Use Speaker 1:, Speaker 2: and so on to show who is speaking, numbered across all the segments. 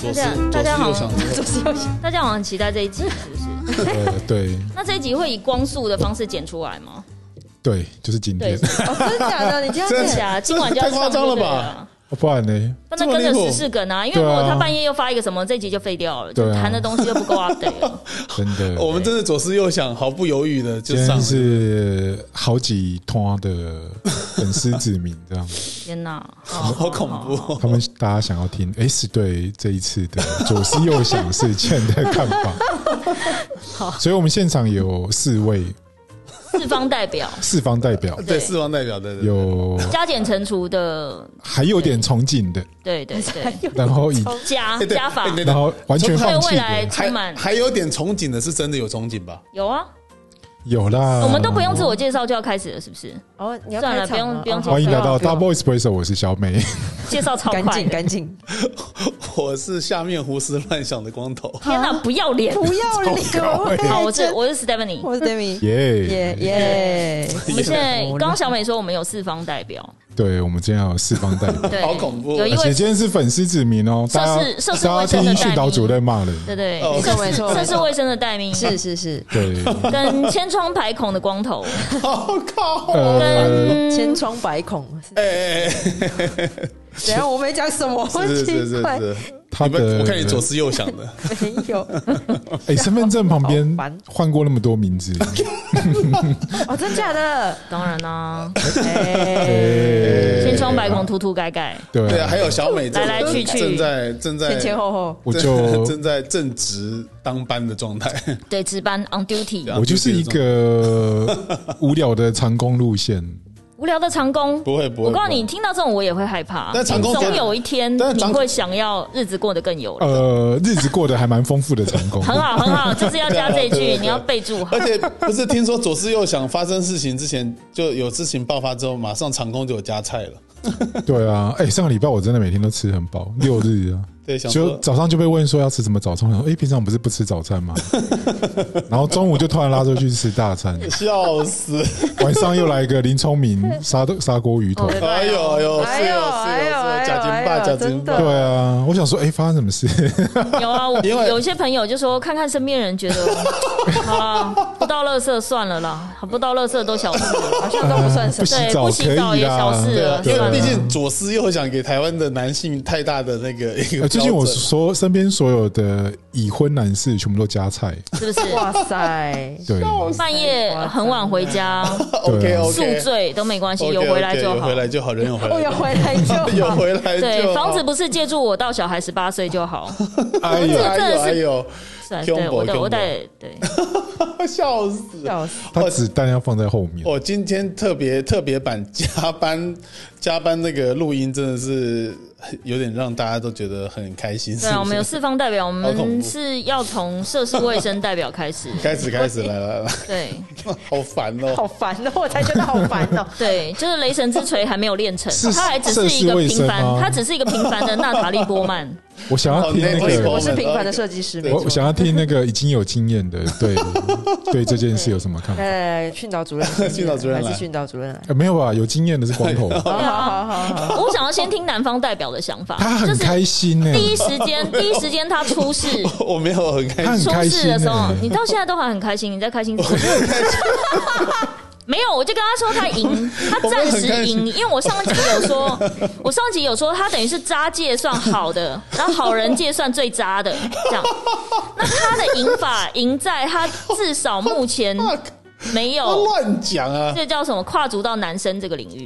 Speaker 1: 真
Speaker 2: 思
Speaker 1: 的，大家好
Speaker 2: 左思右想
Speaker 1: 像，大家好像期待这一集，是 不是？
Speaker 3: 呃，对
Speaker 1: 那这一集会以光速的方式剪出来吗？
Speaker 3: 对，就是今
Speaker 1: 对
Speaker 3: 天，，
Speaker 2: 哦真的假 的？你今
Speaker 3: 真
Speaker 2: 天
Speaker 3: 的
Speaker 1: 是
Speaker 2: 剪
Speaker 1: 啊，今晚就要
Speaker 2: 太夸张了吧
Speaker 1: 吧？
Speaker 3: 哦不然呢？
Speaker 1: 但他跟
Speaker 2: 这
Speaker 1: 着
Speaker 2: 么离谱
Speaker 1: 时事梗啊，因为如果
Speaker 3: 对啊
Speaker 1: 他半夜又发一个什么，这一集就废掉了，就
Speaker 3: 对啊
Speaker 1: 谈的东西就不够 update 了。
Speaker 3: 真的，
Speaker 2: 我们真的左思右想，毫不犹豫的就
Speaker 3: 今
Speaker 2: 上
Speaker 3: 天
Speaker 2: 了。
Speaker 3: 是好几团的粉丝指名，这样
Speaker 1: 天哪，
Speaker 2: 好恐怖
Speaker 1: 好！好
Speaker 2: 哦！
Speaker 3: 他们大家想要听 S 对这一次的左思右想事件的看法。 所以我们现场有四位
Speaker 1: 四方代表
Speaker 3: 四方代表，
Speaker 2: 对，
Speaker 1: 对
Speaker 2: 四方代表的人
Speaker 3: 有
Speaker 1: 加减乘除的，
Speaker 3: 还有点憧憬的，
Speaker 1: 对对对，
Speaker 3: 然后以
Speaker 1: 加
Speaker 2: 哎对
Speaker 1: 加法
Speaker 2: 哎对
Speaker 3: 然后完全放弃
Speaker 1: 对未来
Speaker 3: 的，
Speaker 1: 充
Speaker 2: 还
Speaker 1: 满
Speaker 2: 还有点憧憬的，是真的有憧憬吧？
Speaker 1: 有啊，
Speaker 3: 有啦，
Speaker 1: 我们都不用自我介绍就要开始了，是不是？
Speaker 2: 嗯
Speaker 4: 哦，你要
Speaker 1: 算了
Speaker 4: 开场吗
Speaker 1: 不用不用
Speaker 4: 哦
Speaker 1: 介绍
Speaker 3: 欢迎来到
Speaker 1: 不用
Speaker 3: Double Espresso，我是小美。
Speaker 1: 介绍超
Speaker 4: 赶
Speaker 1: 快
Speaker 4: 紧
Speaker 1: 的，
Speaker 4: 赶紧，
Speaker 2: 我是下面胡思乱想的光头，
Speaker 1: 天哪，不要脸！
Speaker 4: 不要脸！
Speaker 1: 好，我是
Speaker 4: 这
Speaker 1: 我是 Stephanie，
Speaker 4: 我是 Demi，
Speaker 3: 耶！
Speaker 4: 耶耶！
Speaker 1: 我们现在
Speaker 4: 我
Speaker 1: 刚刚小美说我们有四方代表，
Speaker 3: 对，我们今天有四方代表，
Speaker 1: 对，
Speaker 2: 好恐怖哦
Speaker 1: 有一
Speaker 3: 而且
Speaker 1: 位
Speaker 3: 今天是粉丝指名哦，
Speaker 1: 涉
Speaker 3: 大
Speaker 1: 世涉
Speaker 3: 家
Speaker 1: 世
Speaker 3: 大
Speaker 1: 未
Speaker 3: 家
Speaker 1: 深的
Speaker 3: 听
Speaker 1: 代
Speaker 3: 训
Speaker 1: 名
Speaker 3: 导主任骂人，
Speaker 1: 对对，
Speaker 2: 哦
Speaker 4: 没错没错
Speaker 1: 涉
Speaker 4: 没
Speaker 1: 世
Speaker 4: 错，
Speaker 1: 卫生的代名
Speaker 4: 是是是，
Speaker 3: 对，
Speaker 1: 跟千疮百孔的光头，
Speaker 2: 我靠！啊
Speaker 3: 呃，
Speaker 1: 跟
Speaker 4: 千疮百孔。
Speaker 2: 哎哎
Speaker 4: 等一下我没讲什么，
Speaker 2: 哎，是是是
Speaker 4: 奇怪
Speaker 2: 是，
Speaker 3: 他
Speaker 2: 你们
Speaker 3: 的
Speaker 2: 我看你左思右想的，
Speaker 4: 没有。
Speaker 3: 哎，身份证旁边
Speaker 4: 好烦
Speaker 3: 换过那么多名字，
Speaker 4: 哦，真假的？
Speaker 1: 当然啦，
Speaker 4: 哎，
Speaker 1: 千疮百孔，涂涂改改，
Speaker 3: 对
Speaker 2: 对啊，
Speaker 3: 啊，
Speaker 2: 还有小美正
Speaker 1: 来来去去
Speaker 2: 正在正在
Speaker 4: 前前后后，
Speaker 3: 我
Speaker 2: 正
Speaker 3: 就
Speaker 2: 正在正值当班的状态，
Speaker 1: 对，值班 on duty，
Speaker 2: 啊
Speaker 3: 我就是一 个无聊的长工路线，
Speaker 1: 无聊的长工。
Speaker 2: 不会不会。
Speaker 1: 我告诉你，
Speaker 2: 不会，
Speaker 1: 听到这种我也会害怕。
Speaker 2: 但长工
Speaker 1: 总
Speaker 2: 真的
Speaker 1: 有一天
Speaker 2: 但
Speaker 1: 你
Speaker 2: 长哦
Speaker 1: 会想要日子过得更有了。
Speaker 3: 呃，日子过得还蛮丰富的长工，
Speaker 1: 很好，很好，就是要加这一
Speaker 2: 对对对啊
Speaker 1: 句，你要备注 好
Speaker 2: 而。且不是听说左思右想发生事情之前，就有事情爆发之后，马上长工就有加菜了。
Speaker 3: 对啊，哎，上个礼拜我真的每天都吃很饱，六日啊。
Speaker 2: 对，想
Speaker 3: 就
Speaker 2: 说
Speaker 3: 早上就被问说要吃什么早餐，然后哎，诶平常不是不吃早餐吗？然后中午就突然拉出去吃大餐，
Speaker 2: 笑死，
Speaker 3: 晚上又来一个林聪明砂砂锅鱼头
Speaker 1: 哦，
Speaker 2: 哎呦哎呦，是
Speaker 4: 哎
Speaker 2: 有是有是
Speaker 4: 呦哎呦哎
Speaker 2: 有，
Speaker 4: 呦
Speaker 2: 假金霸
Speaker 4: 哎
Speaker 2: 假
Speaker 4: 呦
Speaker 2: 金
Speaker 4: 真
Speaker 2: 霸
Speaker 4: 的。
Speaker 3: 对啊，我想说，哎、发生什么事？
Speaker 1: 有啊，我
Speaker 2: 因为
Speaker 1: 有一些朋友就说，看看身边人，觉得 好啦，不到垃圾算了啦，不到垃圾都小事了。
Speaker 4: 好像都不算什
Speaker 3: 不
Speaker 4: 么。
Speaker 3: 洗
Speaker 1: 对
Speaker 3: 澡
Speaker 1: 不洗
Speaker 3: 可
Speaker 1: 澡
Speaker 3: 以
Speaker 1: 也小
Speaker 3: 啦。
Speaker 1: 事
Speaker 2: 对啊，因
Speaker 1: 对
Speaker 2: 为
Speaker 1: 啊
Speaker 2: 毕竟左思右想给台湾的男性太大的那个一个标准。
Speaker 3: 呃最近我所身边所有的已婚男士全部都加菜，
Speaker 1: 是不是？
Speaker 4: 哇塞！
Speaker 3: 对，
Speaker 1: 半夜很晚回家，
Speaker 2: OK
Speaker 3: 对 啊
Speaker 2: OK，
Speaker 1: 宿醉都没关系，有回来就好
Speaker 2: 回。来就好，人有回来
Speaker 4: 我哦有，回来就好
Speaker 2: 有回来就
Speaker 1: 对，
Speaker 2: 好。
Speaker 1: 房子不是借住我到小孩十八岁 就好，
Speaker 3: 哎
Speaker 2: 哎呦
Speaker 3: 呀，
Speaker 2: 哎
Speaker 1: 真
Speaker 2: 呦
Speaker 1: 的是
Speaker 2: 哎呦，
Speaker 1: 是啊对，我
Speaker 2: Kyombo，
Speaker 1: 得我得对，啊
Speaker 2: 笑死！
Speaker 4: 笑死！
Speaker 3: 他子弹要放在后面，
Speaker 2: 我哦今天特别特别版加班加班那个录音真的是有点让大家都觉得很开心。
Speaker 1: 对啊，我们 有
Speaker 2: 是
Speaker 1: 四方代表，我
Speaker 2: 好恐
Speaker 1: 们
Speaker 2: 怖
Speaker 1: 是要从涉世未深代表开始，
Speaker 2: 不是开始开始来来来，
Speaker 1: 对
Speaker 2: 好烦哦！
Speaker 4: 好烦哦，我才觉得好烦哦。
Speaker 1: 对，就是雷神之锤还没有练成
Speaker 3: 是，
Speaker 1: 他还只是一
Speaker 3: 涉世
Speaker 1: 个
Speaker 3: 未深
Speaker 1: 平凡
Speaker 3: 吗，
Speaker 1: 他只是一个平凡的娜塔莉波 曼。
Speaker 3: 我想要听那
Speaker 2: 好内
Speaker 4: 我
Speaker 3: 个，
Speaker 2: 疚
Speaker 4: 是平凡的设计师，没
Speaker 3: 我
Speaker 4: 错
Speaker 3: 我。想要听那个已经有经验的，对对这件事有什么看法？
Speaker 4: 呃，训导主任，
Speaker 2: 训导主任来
Speaker 4: 还是训导主任来。
Speaker 3: 呃没有吧，有经验的是光头，
Speaker 4: 好好好好好，
Speaker 1: 我想要先听南方代表的想法，
Speaker 3: 他很
Speaker 1: 就是
Speaker 3: 开心呢、
Speaker 1: 第一时间，第一时间他出事。
Speaker 2: 我没有很开
Speaker 3: 他
Speaker 2: 心，
Speaker 3: 很
Speaker 1: 出
Speaker 3: 开
Speaker 1: 事
Speaker 3: 心
Speaker 1: 的时候
Speaker 3: 呢、，
Speaker 1: 你到现在都还很开心，你在开心什么？ 没有，我就跟他说他赢，他暂时赢，因为我上一集有说，我上一集有说他等于是渣界算好的，然后好人界算最渣的，这样。那他的赢法赢在他至少目前
Speaker 2: Fuck，
Speaker 1: 没
Speaker 2: 他
Speaker 1: 有
Speaker 2: 乱讲啊！
Speaker 1: 这叫什么跨足到男生这个领域？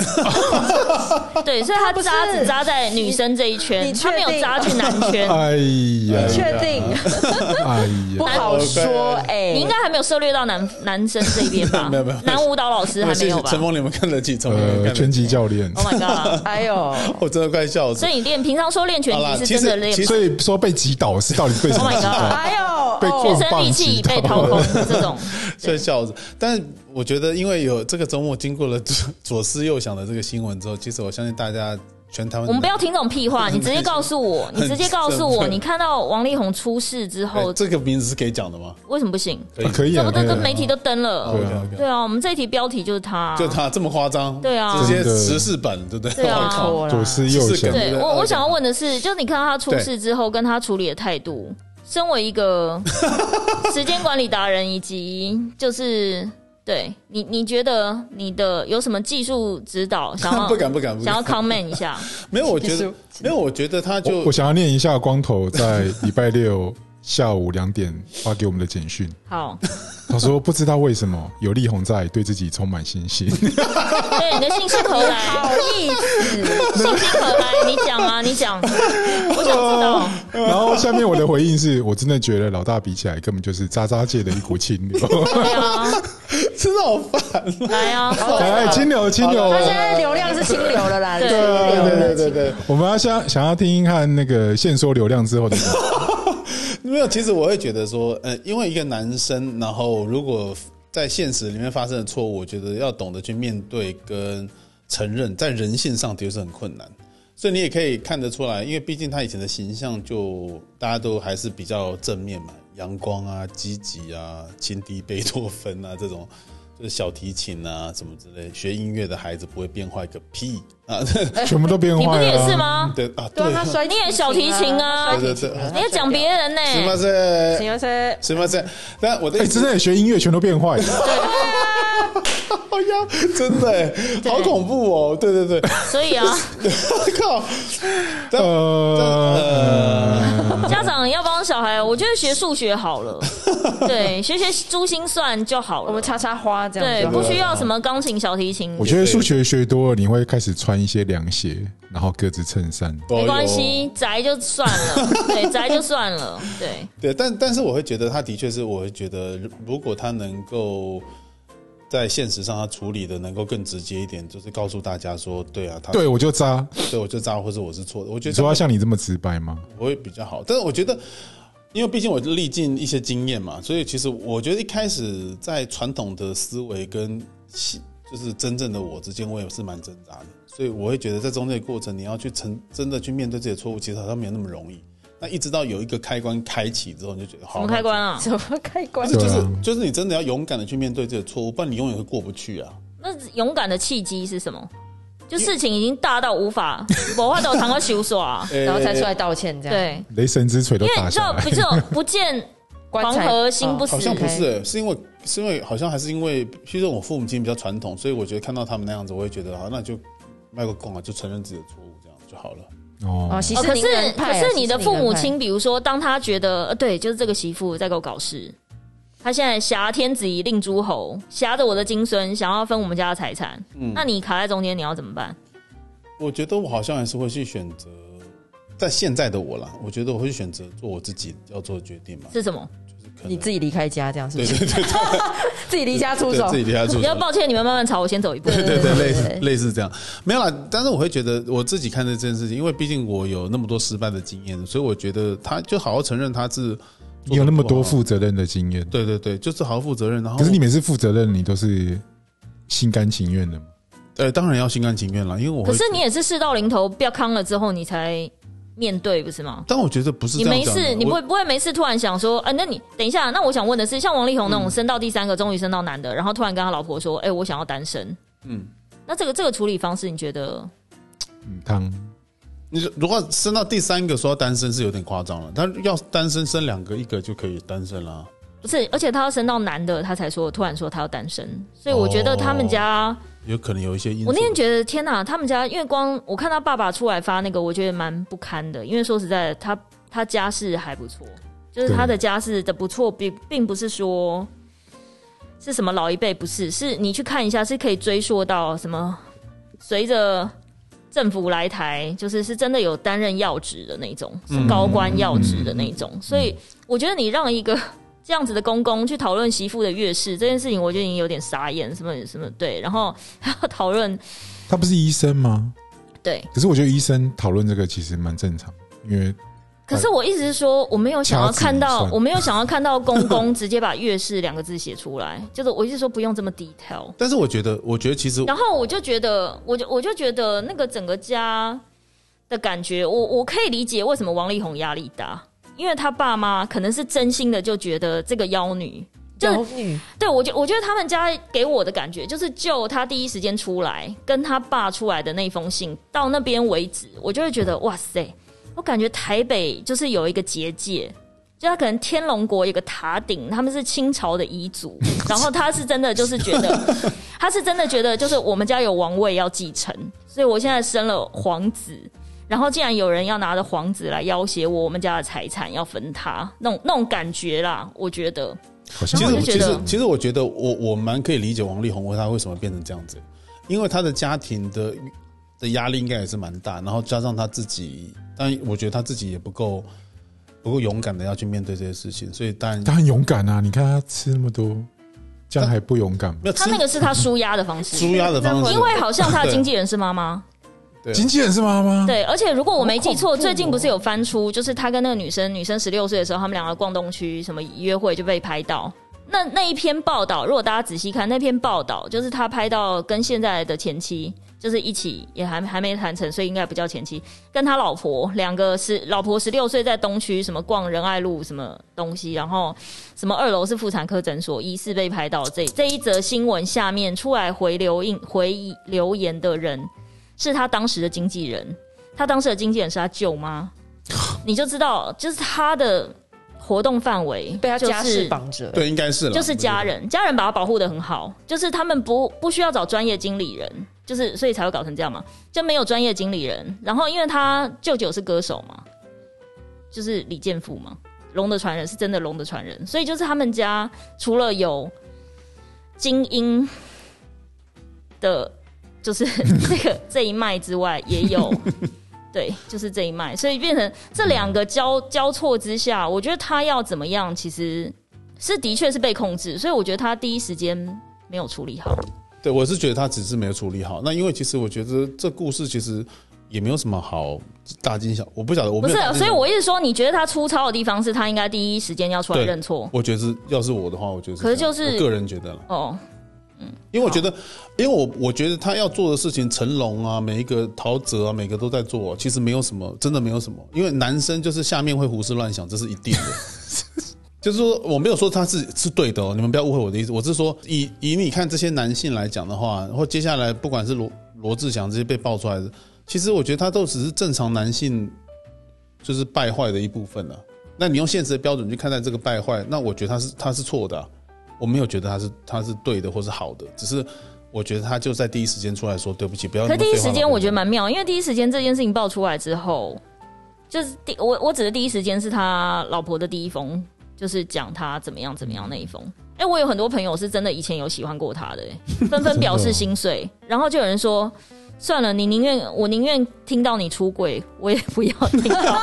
Speaker 1: 对，所以他扎
Speaker 4: 不是
Speaker 1: 只扎在女生这一
Speaker 4: 你
Speaker 1: 圈，
Speaker 4: 你确
Speaker 1: 他没有
Speaker 4: 定
Speaker 1: 扎去男 圈。
Speaker 3: 哎呀，
Speaker 4: 确定
Speaker 3: 哎
Speaker 4: 不
Speaker 3: 呀，
Speaker 4: 好说哎。
Speaker 1: 你应该还没有涉猎到男 男生这边吧？
Speaker 2: 没有没有
Speaker 1: 男舞蹈老师还没
Speaker 2: 谢
Speaker 1: 有
Speaker 2: 哦谢
Speaker 1: 吧
Speaker 2: 陈峰，你们看得起？陈峰，你们
Speaker 3: 呃，
Speaker 2: 看得
Speaker 3: 拳
Speaker 2: 起？
Speaker 3: 击教练，
Speaker 1: ？Oh my god！
Speaker 4: 哎呦，
Speaker 2: 我真的快笑死
Speaker 1: 所！以你练平常说练拳
Speaker 2: 好啦
Speaker 1: 击
Speaker 2: 其
Speaker 1: 是
Speaker 2: 实
Speaker 1: 真的练
Speaker 2: 其实
Speaker 3: 所以说被击倒是到底被什
Speaker 1: Oh
Speaker 3: 么
Speaker 1: my
Speaker 3: 击倒
Speaker 1: god？
Speaker 4: 哎呦，
Speaker 3: 被
Speaker 1: 全
Speaker 3: 棍
Speaker 1: 身力
Speaker 3: 棒
Speaker 1: 气
Speaker 3: 击
Speaker 1: 被掏
Speaker 3: 倒。
Speaker 1: 空 这种，
Speaker 2: 在笑着。但我觉得，因为有这个周末经过了左左思右想的这个新闻之后，其实我相信大家全台湾
Speaker 1: 我们不要听这种屁话，你直接告诉我，你直接告诉我，
Speaker 2: 很
Speaker 1: 你看到王力宏出事之
Speaker 2: 哎
Speaker 1: 后，
Speaker 2: 这哎个名字是可以讲的吗？
Speaker 1: 为什么不行？
Speaker 3: 啊可以
Speaker 1: 这
Speaker 3: 啊，
Speaker 1: 不都
Speaker 3: 可以
Speaker 1: 跟
Speaker 3: 啊
Speaker 1: 媒体都登了？
Speaker 3: 对
Speaker 2: OK
Speaker 3: 啊
Speaker 2: OK，
Speaker 1: 对啊，我们这一题标题就是他，啊
Speaker 2: 就他这么夸张，
Speaker 1: 对啊
Speaker 2: 直接
Speaker 3: 真的
Speaker 2: 十四版，对不对？
Speaker 1: 对啊
Speaker 2: 我靠
Speaker 4: 哦错啦
Speaker 3: 左思右
Speaker 2: 是
Speaker 3: 想
Speaker 2: 可，
Speaker 1: 对
Speaker 2: 对
Speaker 1: 我，我
Speaker 2: OK
Speaker 1: 想要问的是，就你看到他出事之后，跟他处理的态度，身为 一个时间管理达人，以及就是对你，你觉得你的有什么技术指导，想要
Speaker 2: 不敢不敢不
Speaker 1: 想要
Speaker 2: 敢，
Speaker 1: comment 一下？
Speaker 2: 没有，我觉 得
Speaker 4: 其实
Speaker 2: 没有，我觉得他
Speaker 3: 我
Speaker 2: 就
Speaker 3: 我想要念一下光头在礼拜六下午两点发给我们的 简讯。
Speaker 1: 好，
Speaker 3: 他说：“不知道为什么有力宏在，对自己充满 信心。
Speaker 1: 对你的信心 何来？
Speaker 4: 意思，
Speaker 1: 信心何来？你讲啊，你讲，我想知
Speaker 2: 哦
Speaker 1: 道。
Speaker 3: 然后下面我的回应是：“我真的觉得老大比起来，根本就是渣渣界的一股清 流。
Speaker 1: 对啊，
Speaker 2: 真的好烦哦。
Speaker 1: 来啊，
Speaker 3: 哎，清流，清流
Speaker 4: 他！现在流量是清流了啦，
Speaker 1: 对
Speaker 4: 清流
Speaker 3: 对
Speaker 4: 了
Speaker 2: 对对啊对对，
Speaker 3: 我们要想想要听听看那个限缩流量之后的，
Speaker 2: 没有，其实我会觉得说，呃，因为一个男生，然后如果在现实里面发生的错误，我觉得要懂得去面对跟承认，在人性上的确是很困难。所以你也可以看得出来，因为毕竟他以前的形象就大家都还是比较正面嘛，阳光啊、积极啊、情敌贝多芬啊这种，就是小提琴啊什么之类，学音乐的孩子不会变坏个屁啊！
Speaker 3: 全部都变
Speaker 1: 你不
Speaker 3: 坏
Speaker 1: 是也是
Speaker 3: 了。啊
Speaker 1: 吗？
Speaker 2: 对啊，
Speaker 4: 对
Speaker 2: 对
Speaker 4: 啊，他摔，
Speaker 1: 你也小提琴啊
Speaker 4: 他
Speaker 2: 对对
Speaker 4: 摔琴
Speaker 2: 对，
Speaker 4: 啊
Speaker 1: 你要讲别人呢、
Speaker 2: 什么 是？
Speaker 4: 请问是
Speaker 2: 什么是？但我的
Speaker 3: 哎，
Speaker 2: 意思
Speaker 3: 真的学音乐全都变坏 了。
Speaker 2: 哎呀，真的欸，好恐怖哦！对对 对，
Speaker 1: 所以啊，
Speaker 2: 靠，
Speaker 3: 呃，
Speaker 1: 家长要帮小孩，我觉得学数学好 了，对，学学珠心算就好了。
Speaker 4: 我们插插花这
Speaker 1: 对，啊
Speaker 4: 样子
Speaker 1: 不需要什么钢琴、小提琴
Speaker 3: 我，觉得数学学多了，你会开始穿一些凉鞋，然后格子衬衫。
Speaker 1: 没关系，宅就算 了，对，宅就算了，对，
Speaker 2: 对，但但是我会觉得他的确是，我会觉得如如果他能够在现实上他处理的能够更直接一点，就是告诉大家说，对啊，他
Speaker 3: 对，我就渣。
Speaker 2: 对我就渣，或者我是错的，我觉
Speaker 3: 你
Speaker 2: 得
Speaker 3: 说要像你这么直白吗？
Speaker 2: 我会比较好。但是我觉得，因为毕竟我历尽一些经验嘛，所以其实我觉得一开始在传统的思维跟西就是真正的我之间，我也是蛮挣扎的。所以我会觉得在中间的过程，你要去承真的去面对自己的错误，其实好像没有那么容易。那一直到有一个开关开启之后，你就觉得
Speaker 1: 什
Speaker 2: 好
Speaker 1: 么开关啊？
Speaker 4: 什么开关
Speaker 2: 那？就
Speaker 3: 对
Speaker 2: 就
Speaker 3: 啊
Speaker 2: 是就是你真的要勇敢的去面对自己的错误，不然你永远会过不去啊。
Speaker 1: 那勇敢的契机是什么？就事情已经大到无法，我话都堂哥修说 啊，
Speaker 4: 然后才出来道歉这样。，
Speaker 1: 对，
Speaker 3: 雷神之锤都
Speaker 1: 因为
Speaker 3: 打
Speaker 1: 你知
Speaker 3: 下
Speaker 1: 道，
Speaker 3: 来
Speaker 1: 不。就不见
Speaker 4: 棺
Speaker 1: 黄
Speaker 4: 材
Speaker 1: 河心不
Speaker 4: 哦
Speaker 1: 死欸
Speaker 2: 好，像不是、欸
Speaker 4: OK
Speaker 2: 是因为是因为好像还是因为，其实我父母亲比较传统，所以我觉得看到他们那样子，我会觉得好，那就卖个供啊，就承认自己的错误，这样就好了。
Speaker 3: 哦
Speaker 4: 哦，，息
Speaker 1: 哦，
Speaker 4: 事
Speaker 1: 可
Speaker 4: 宁
Speaker 1: 是
Speaker 4: 人
Speaker 1: 可
Speaker 4: 派啊
Speaker 1: 是你的父母，
Speaker 4: 息事宁人
Speaker 1: 亲，比如说，当他觉得呃对，就是这个媳妇在给我搞事，他现在挟天子以令诸侯，挟着我的金孙，想要分我们家的财产，
Speaker 2: 嗯
Speaker 1: 那你卡在中间，你要怎么办？
Speaker 2: 我觉得我好像还是会去选择，在现在的我啦，我觉得我会选择做我自己要做的决定嘛，
Speaker 1: 是什么？
Speaker 2: 就是可
Speaker 4: 派
Speaker 2: 能
Speaker 4: 你自己离开家这样是不
Speaker 2: 对对
Speaker 4: 是？
Speaker 2: 对对，
Speaker 4: 自己离家出
Speaker 2: 对
Speaker 4: 走
Speaker 2: 自，己离家出
Speaker 1: 比较
Speaker 2: 走。
Speaker 1: 抱歉，你们嗯慢慢吵，我先走一步。
Speaker 2: 对对，类似
Speaker 4: 对
Speaker 2: 类似这样，没有啦。但是我会觉得我自己看待这件事情，因为毕竟我有那么多失败的经验，所以我觉得他就好好承认他是
Speaker 3: 你有那么多
Speaker 2: 负，
Speaker 3: 负责任的经验，
Speaker 2: 对对对，就是好好负责任。然后
Speaker 3: 可是你每次负责任，你都是心甘情愿的吗？
Speaker 2: 呃，当然要心甘情愿啦，因为我
Speaker 1: 可
Speaker 2: 会。
Speaker 1: 是你也是事到临头，不要康了之后，你才面对，不是吗？
Speaker 2: 但我觉得不是
Speaker 1: 你
Speaker 2: 这样
Speaker 1: 没
Speaker 2: 讲的
Speaker 1: 事，你不
Speaker 2: 我
Speaker 1: 会不会没事突然想说，哎、那你等一下，那我想问的是，像王力宏那种升到第三个，终于升到男的，然后突然跟他老婆说，哎、我想要单身，
Speaker 2: 嗯，
Speaker 1: 那这个这个处理方式，你觉得
Speaker 3: 嗯，汤，
Speaker 2: 你如果升到第三个说要单身是有点夸张了，但要单身生两个，一个就可以单身啊啦。
Speaker 1: 不是，而且他要升到男的，他才说突然说他要单身，所以我觉得他们家，
Speaker 2: 有可能有一些因素。
Speaker 1: 我那天觉得天哪，他们家因为光我看他爸爸出来发那个，我觉得蛮不堪的，因为说实在的，他他家世还不错，就是
Speaker 3: 对
Speaker 1: 他的家世的不错，并并不是说是什么老一辈，不是，是你去看一下，是可以追溯到什么，随着。政府来台，就是是真的有担任要职的那种，是高官要职的那种，所以我觉得你让一个这样子的公公去讨论媳妇的月事这件事情，我觉得已经有点傻眼，什么什么对，然后还要讨论
Speaker 3: 他不是医生吗？
Speaker 1: 对，
Speaker 3: 可是我觉得医生讨论这个其实蛮正常，因为
Speaker 1: 可是我一直是说，我没有想要看
Speaker 3: 掐指
Speaker 1: 到
Speaker 3: 一，算
Speaker 1: 我没有想要看到公 公直接把月事两个字写出来，就是我一直说不用这么 detail。
Speaker 2: 但是我觉得，我觉得其实
Speaker 1: 然后我就觉得，我就我就觉得那个整个家的感觉，我我可以理解为什么王力宏压力大，因为他爸妈可能是真心的就觉得这个妖女，就
Speaker 4: 妖女
Speaker 1: 对我觉我觉得他们家给我的感觉就是，就他第一时间出来跟他爸出来的那封信到那边为止，我就会觉得哇塞，我感觉台北就是有一个结界。就他可能天龙国有个塔顶，他们是清朝的彝族，然后他是真的就是觉得，他是真的觉得就是我们家有王位要继承，所以我现在生了皇子，然后竟然有人要拿着皇子来要挟我，我们家的财产要分他，那种那种感觉啦，我觉得。
Speaker 3: 好像
Speaker 2: 其实
Speaker 1: 我
Speaker 2: 我
Speaker 1: 就
Speaker 2: 其
Speaker 1: 觉
Speaker 2: 实
Speaker 1: 得
Speaker 2: 其实我觉得我我蛮可以理解王力宏为他为什么变成这样子，因为他的家庭的的压力应该也是蛮大，然后加上他自己，但我觉得他自己也不够不够勇敢的要去面对这些事情，所以当然
Speaker 3: 他很勇敢啊！你看他吃那么多，这样还不勇敢吗？
Speaker 2: 没有
Speaker 1: 他那个是他舒压的方式，
Speaker 2: 输压的方式，
Speaker 1: 因为好像他的经纪人是妈妈，
Speaker 2: 对
Speaker 3: 经纪人是妈妈，
Speaker 1: 呃对，而且如果我没记
Speaker 4: 好
Speaker 1: 错，
Speaker 4: 恐怖哦
Speaker 1: 最近不是有翻出，就是他跟那个女生，女生十六岁的时候，他们两个逛东区什么约会就被拍到。那那一篇报道，如果大家仔细看那篇报道，就是他拍到跟现在的前妻，就是一起也还还没谈成，所以应该不叫前妻，跟他老婆两个是老婆十六岁在东区什么逛仁爱路什么东西，然后什么二楼是妇产科诊所，疑似被拍到这这一则新闻下面出来回留应回留言的人是他当时的经纪人，他当时的经纪人是他舅 妈，你就知道，就是他的活动范围
Speaker 4: 被他
Speaker 1: 就
Speaker 4: 家世
Speaker 1: 是
Speaker 4: 绑着，
Speaker 2: 对应该是了，
Speaker 1: 就是家人，家人把他保护的很好，就是他们不不需要找专业经理人，就是所以才会搞成这样嘛，就没有专业经理人。然后因为他舅舅是歌手嘛，就是李健富嘛，龙的传人是真的龙的传人，所以就是他们家除了有精英的，就是 这个这一脉之外，也有。对，就是这一脉，所以变成这两个交交错之下，我觉得他要怎么样，其实是的确是被控制，所以我觉得他第一时间没有处理好。
Speaker 2: 对，我是觉得他只是没有处理好。那因为其实我觉得这故事其实也没有什么好大惊小，我不晓得，我
Speaker 1: 不
Speaker 2: 没
Speaker 1: 是
Speaker 2: 有大，惊
Speaker 1: 所以
Speaker 2: 小
Speaker 1: 我一直说，你觉得他粗糙的地方是他应该第一时间要出来
Speaker 2: 对
Speaker 1: 认错
Speaker 2: 我觉得是，要是我的话，我觉得
Speaker 1: 可是
Speaker 2: 这样
Speaker 1: 就是
Speaker 2: 我个人觉得了，
Speaker 1: 哦，
Speaker 2: 因为我觉得，因为我我觉得他要做的事情，成龙啊，每一个陶喆啊，每个都在做、其实没有什么，真的没有什么，因为男生就是下面会胡思乱想，这是一定的。就是说，我没有说他是是对的哦，你们不要误会我的意思。我是说以，以你看这些男性来讲的话，或接下来不管是罗罗志祥这些被爆出来的，其实我觉得他都只是正常男性就是败坏的一部分啊。那你用现实的标准去看待这个败坏，那我觉得他是他是错的啊、我没有觉得他是他是对的或是好的，只是我觉得他就在第一时间出来说对不起，不要
Speaker 1: 可
Speaker 2: 那
Speaker 1: 是
Speaker 2: 么废
Speaker 1: 第
Speaker 2: 话。
Speaker 1: 一时间我觉得蛮妙，因为第一时间这件事情爆出来之后，就是第我我指的第一时间是他老婆的第一封，就是讲他怎么样怎么样那一封。
Speaker 2: 嗯
Speaker 1: 哎、我有很多朋友是真的以前有喜欢过他的、 哎纷纷表示心
Speaker 2: 哦
Speaker 1: 碎，然后就有人说。算了，你宁愿我宁愿听到你出轨，我也不要听到，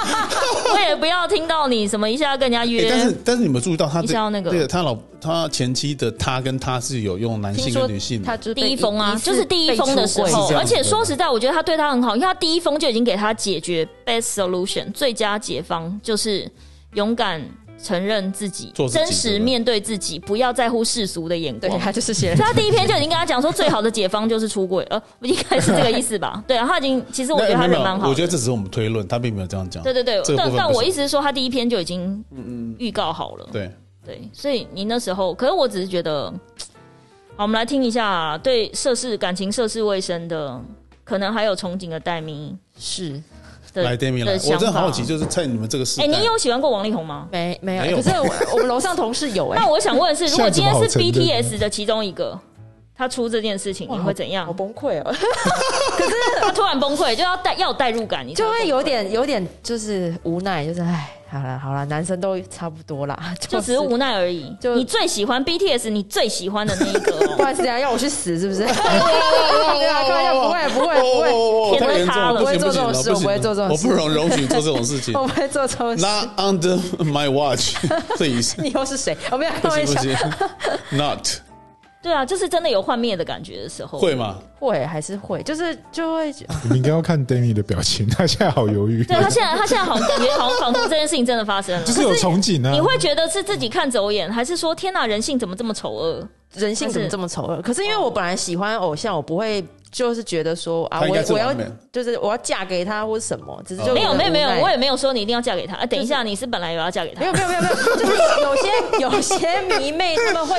Speaker 1: 我也不要听到你什么一下跟人 家
Speaker 2: 欸
Speaker 1: 约。
Speaker 2: 但是但是你们注意到他
Speaker 1: 你想要那个
Speaker 2: 对的他老他前妻的他跟他是有用男性
Speaker 4: 听
Speaker 2: 跟
Speaker 4: 说
Speaker 2: 女性的
Speaker 4: 他就被
Speaker 1: 第一封啊
Speaker 4: 疑，似
Speaker 1: 就是第一封的时
Speaker 4: 被出
Speaker 1: 候啊
Speaker 4: 柜，
Speaker 1: 而且说实在，我觉得他对他很好，因为他第一封就已经给他解决 best solution 最佳解方，就是勇敢承认自己，
Speaker 2: 做自己
Speaker 1: 真实面对自己，不要在乎世俗的眼
Speaker 4: 对
Speaker 1: 光。
Speaker 4: 他就是写
Speaker 1: 所以他第一 篇就已经跟他讲说，最好的解方就是出柜，呃，应该是这个意 思吧？对啊，他已经，其实我觉得
Speaker 2: 那没
Speaker 1: 他
Speaker 2: 有
Speaker 1: 人蛮好的。
Speaker 2: 我觉得这只是我们推论，他并没有这样讲。
Speaker 1: 对对对
Speaker 2: 这，个部
Speaker 1: 但
Speaker 2: 分
Speaker 1: 但
Speaker 2: 不
Speaker 1: 我
Speaker 2: 是嗯
Speaker 1: 意思是说，他第一篇就已经预告好了。
Speaker 2: 对，
Speaker 1: 对，所以你那时候，可是我只是觉得，好，我们来听一下对涉世感情、涉世未深的，可能还有憧憬的戴咪
Speaker 4: 是
Speaker 1: 的
Speaker 2: 来 d a m i 来，
Speaker 1: 的
Speaker 2: 我
Speaker 1: 想
Speaker 2: 真
Speaker 1: 法。
Speaker 2: 的好奇，就是在你们这个时代，哦
Speaker 1: 哎、你有喜欢过王力宏吗？
Speaker 4: 没没
Speaker 2: 没
Speaker 4: 有，
Speaker 2: 有
Speaker 4: 可是我我们楼上同事有哎
Speaker 1: 那，我想 问的是，如果今天
Speaker 3: 现在
Speaker 1: 是
Speaker 3: 怎么好承认
Speaker 1: BTS 的其中一个，他出这件事情，
Speaker 4: 哇
Speaker 1: 你会怎
Speaker 4: 好
Speaker 1: 样？
Speaker 4: 崩溃哦，
Speaker 1: 他突然崩溃，就要带要有代入感，你才
Speaker 4: 就会有
Speaker 1: 崩溃
Speaker 4: 点有点就是无奈，就是哎，好了好了，男生都差不多啦，
Speaker 1: 就只是无奈而已。
Speaker 4: 就
Speaker 1: 你最喜欢 BTS，你最喜欢的那一个、
Speaker 4: 不
Speaker 1: 哦，
Speaker 4: 好意思啊，要我去死是不是？对啊，开玩笑，不会不会不会，
Speaker 2: 哦，太严重了，
Speaker 1: 我不
Speaker 2: 不
Speaker 1: 会
Speaker 2: 行不
Speaker 4: 做
Speaker 2: 行
Speaker 4: 这种
Speaker 2: 了，
Speaker 4: 事我不会做这种
Speaker 2: 我
Speaker 4: 事。
Speaker 2: 不容容许做这种事情
Speaker 4: 我不会做错事。
Speaker 2: Not under my watch, please
Speaker 4: 你又是谁？我没有开
Speaker 2: 不行不
Speaker 4: 玩笑，
Speaker 2: 行，Not
Speaker 1: 对啊，就是真的有幻灭的感觉的时候，
Speaker 2: 会吗？
Speaker 4: 会还是会，就是就会
Speaker 3: 你们应该要看 d a m i 的表情，他现在好犹豫，
Speaker 1: 对他现在，他现在好像感觉好像仿佛这件事情真的发生了，
Speaker 3: 就是有憧憬啊。
Speaker 1: 你会觉得是自己看走眼，还是说天哪，人性怎么这么丑恶？
Speaker 4: 人性怎么这么丑恶？可是因为我本来喜欢偶像，我不会就是觉得说啊，
Speaker 2: 他应
Speaker 4: 我
Speaker 2: 该是
Speaker 4: 我要
Speaker 2: 完美
Speaker 4: 就是我要嫁给他或什么，只是就
Speaker 2: 哦
Speaker 1: 没有没有没有
Speaker 4: 无奈，
Speaker 1: 我也没有说你一定要嫁给他。啊、等一下，你是本来有要嫁给他
Speaker 4: 没，有没有没有没 有，就是有些有些迷妹他们会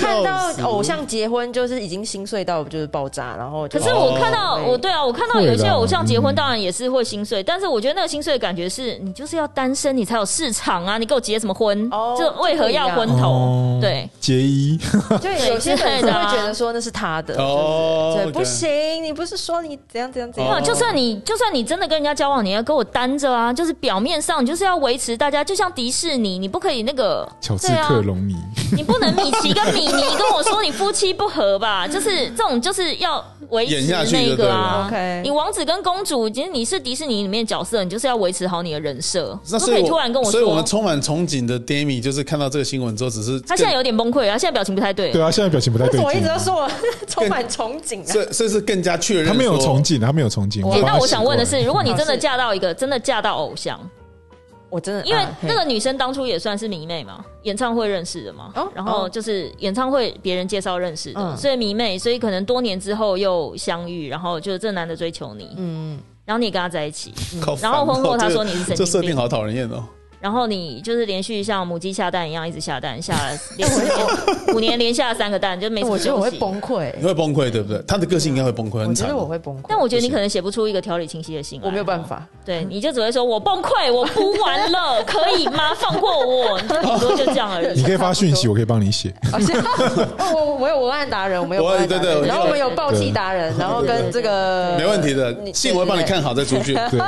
Speaker 4: 看
Speaker 2: 笑死
Speaker 4: 到偶像结婚，就是已经心碎到就是爆炸，然后就
Speaker 1: 可是我看到，
Speaker 4: 哦
Speaker 1: 我对啊，我看到
Speaker 3: 会啦
Speaker 1: 有些偶像结婚，
Speaker 3: 嗯
Speaker 1: 当然也是会心碎，但是我觉得那个心碎的感觉是你就是要单身，你才有市场啊！你给我结什么婚？
Speaker 4: 哦
Speaker 1: 就为何要婚
Speaker 3: 哦
Speaker 1: 头？对，
Speaker 3: 结衣，
Speaker 4: 就有些粉丝
Speaker 1: 对啊
Speaker 4: 会觉得说那是他的，
Speaker 2: 哦
Speaker 4: 就是对，
Speaker 2: OK 哦
Speaker 4: 不行，你不是说你怎样怎样怎
Speaker 1: 没有
Speaker 4: 样，
Speaker 1: 就算你就算你真的跟人家交往，你要跟我单着啊！就是表面上你就是要维持大家，就像迪士尼，你不可以那个
Speaker 3: 乔治
Speaker 1: 对啊
Speaker 3: 克隆尼，
Speaker 1: 你不能米奇跟米妮跟我说你夫妻不和吧？ 就是这种，就是要维
Speaker 2: 演
Speaker 1: 持
Speaker 2: 下去
Speaker 1: 那
Speaker 2: 就对
Speaker 1: 个
Speaker 2: 了
Speaker 1: 啊。
Speaker 4: OK
Speaker 1: 你王子跟公主，其实你是迪士尼里面的角色，你就是要维持好你的人设，
Speaker 2: 那
Speaker 1: 不
Speaker 2: 所
Speaker 1: 可
Speaker 2: 以
Speaker 1: 以突然跟我
Speaker 2: 所以我们
Speaker 1: 说。
Speaker 2: 充满憧憬的 Demi 就是看到这个新闻之后，只是
Speaker 1: 他现在有点崩溃，他现在表情不太对。
Speaker 3: 对啊，现在表情不太
Speaker 4: 为
Speaker 3: 对
Speaker 4: 什么我一
Speaker 3: 劲
Speaker 4: 直。都说我 充满憧憬啊？
Speaker 2: 更，所以所以是更加确认
Speaker 3: 他没有
Speaker 2: 说
Speaker 3: 憧憬，他没有憧憬。
Speaker 1: 哎
Speaker 3: 帮
Speaker 1: 那
Speaker 3: 他
Speaker 1: 我想问的
Speaker 3: 习
Speaker 1: 是，
Speaker 3: 惯
Speaker 1: 如果你真的
Speaker 4: 是
Speaker 1: 嫁到一个真的嫁到偶像，
Speaker 4: 我真的
Speaker 1: 因为
Speaker 4: 啊嘿
Speaker 1: 那个女生当初也算是迷妹嘛，演唱会认识的嘛，
Speaker 4: 哦
Speaker 1: 然后
Speaker 4: 哦
Speaker 1: 就是演唱会别人介绍认识的，
Speaker 4: 嗯
Speaker 1: 所以迷妹，所以可能多年之后又相遇，然后就是这男的追求你，
Speaker 4: 嗯，
Speaker 1: 然后你跟他在一起，
Speaker 2: 靠烦
Speaker 1: 然
Speaker 2: 哦，
Speaker 1: 后婚后他说你是
Speaker 2: 这
Speaker 1: 神
Speaker 2: 个
Speaker 1: 经
Speaker 2: 这设定
Speaker 1: 病
Speaker 2: 好讨人厌哦。
Speaker 1: 然后你就是连续像母鸡下蛋一样一直下蛋， 下了连
Speaker 4: 哎
Speaker 1: 五年连下了三个蛋，就没什么
Speaker 4: 我觉得我会
Speaker 1: 休息。
Speaker 4: 崩溃
Speaker 2: 你，会崩溃，对不对？他的个性应该会崩溃，
Speaker 4: 我
Speaker 2: 很
Speaker 4: 觉
Speaker 2: 惨哦
Speaker 4: 得。我会崩溃，
Speaker 1: 但我觉得你可能写不出一个条理清晰的信来，
Speaker 4: 我没有 办。法，
Speaker 1: 对，你就只会说“我崩溃，我不玩了，可以吗？放过我！”你就顶多就这样而
Speaker 3: 你
Speaker 1: 已。
Speaker 3: 可以发 讯息，我可以帮你写。
Speaker 4: 而且哦我我有文案达人，我们有文案达
Speaker 2: 我对对
Speaker 4: 人，
Speaker 2: 对
Speaker 4: 然后我们有暴气达人，然后跟这个
Speaker 2: 没问题的，
Speaker 4: 呃你
Speaker 2: 信我会帮你看好再出去。
Speaker 3: 对，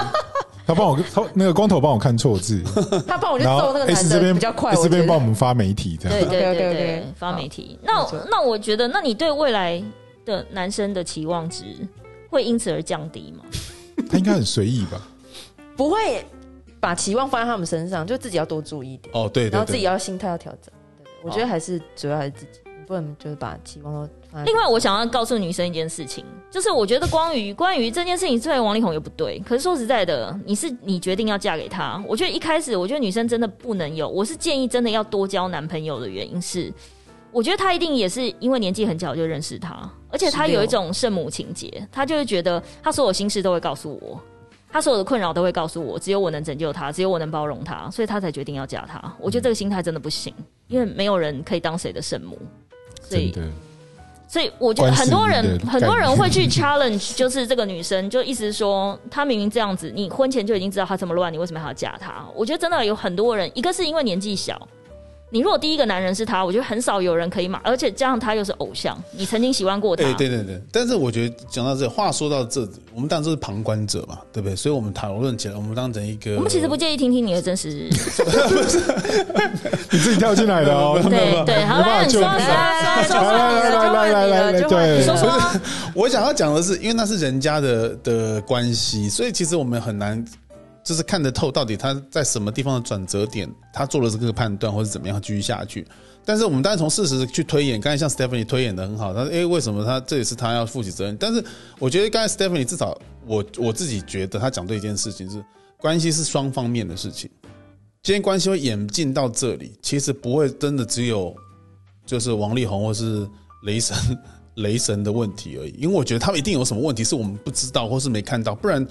Speaker 3: 他帮我，他那个光头帮我看错字，
Speaker 4: 他帮我去
Speaker 3: 然后
Speaker 4: 揍那个
Speaker 3: S
Speaker 4: 男
Speaker 3: 这
Speaker 4: 的
Speaker 3: 边
Speaker 4: 比较快，
Speaker 3: S
Speaker 4: 我
Speaker 3: 这
Speaker 4: 觉
Speaker 3: 边帮我
Speaker 4: 得
Speaker 3: 们发媒体这
Speaker 1: 对
Speaker 3: 样。
Speaker 1: 对对
Speaker 4: OK，OK，OK
Speaker 1: 对，发
Speaker 4: 好
Speaker 1: 媒体。那
Speaker 4: 没错
Speaker 1: 那我觉得，那你对未来的男生的期望值会因此而降低吗？
Speaker 3: 他应该很随意吧？
Speaker 4: 不会把期望放在他们身上，就自己要多注意一点，
Speaker 2: 哦，对
Speaker 4: 然
Speaker 2: 对
Speaker 4: 后自己
Speaker 2: 对，
Speaker 4: 要心态要调整。对对我觉得还是主要还是自己，你不能就是把期望都放在
Speaker 1: 另外，我想要告诉女生一件事情，就是我觉得关于关于这件事情，虽然王力宏也不对，可是说实在的，你是你决定要嫁给他，我觉得一开始，我觉得女生真的不能有，我是建议真的要多交男朋友的原因是，我觉得他一定也是因为年纪很小就认识他，而且他
Speaker 4: 16
Speaker 1: 有一种圣母情节，他就会觉得他所有心事都会告诉我。他所有的困扰都会告诉我，只有我能拯救他，只有我能包容他，所以他才决定要嫁他。我觉得这个心态真的不行，因为没有人可以当谁的圣母，所
Speaker 3: 真
Speaker 1: 以
Speaker 3: 的，
Speaker 1: 所以我觉得
Speaker 3: 关系
Speaker 1: 很多人
Speaker 3: 的概念
Speaker 1: 很多人会去 challenge，就是 这个女生就一直说她明明这样子，你婚前就已经知道她这么乱，你为什么还要嫁她？我觉得真的有很多人，一个是因为年纪小，你如果第一个男人是他，我觉得很少有人可以买，而且加上他又是偶像，你曾经喜欢过他，
Speaker 2: 哎，对对对。但是我觉得讲到这，话说到这，我们当然都是旁观者嘛，对不对？所以我们讨论起来，我们当成一个，
Speaker 1: 我们其实不介意听听你的真实，
Speaker 3: 你自己跳进来的哦。
Speaker 1: 对对，好来，你说说说
Speaker 3: 没
Speaker 1: 说说
Speaker 3: 办
Speaker 4: 法就
Speaker 1: 说
Speaker 3: 来来来来来来来，对，
Speaker 1: 你说说啊，
Speaker 2: 我想要讲的是，因为那是人家的的关系，所以其实我们很难就是看得透到底他在什么地方的转折点，他做了这个判断或者怎么样继续下去。但是我们当然从事实去推演，刚才像 Stephanie 推演的很好，他说：“诶，为什么他这也是他要负起责任？”但是我觉得刚才 Stephanie 至少我我自己觉得他讲对一件事情是，关系是双方面的事情。今天关系会演进到这里，其实不会真的只有就是王力宏或是雷神雷神的问题而已，因为我觉得他们一定有什么问题是我们不知道或是没看到，不然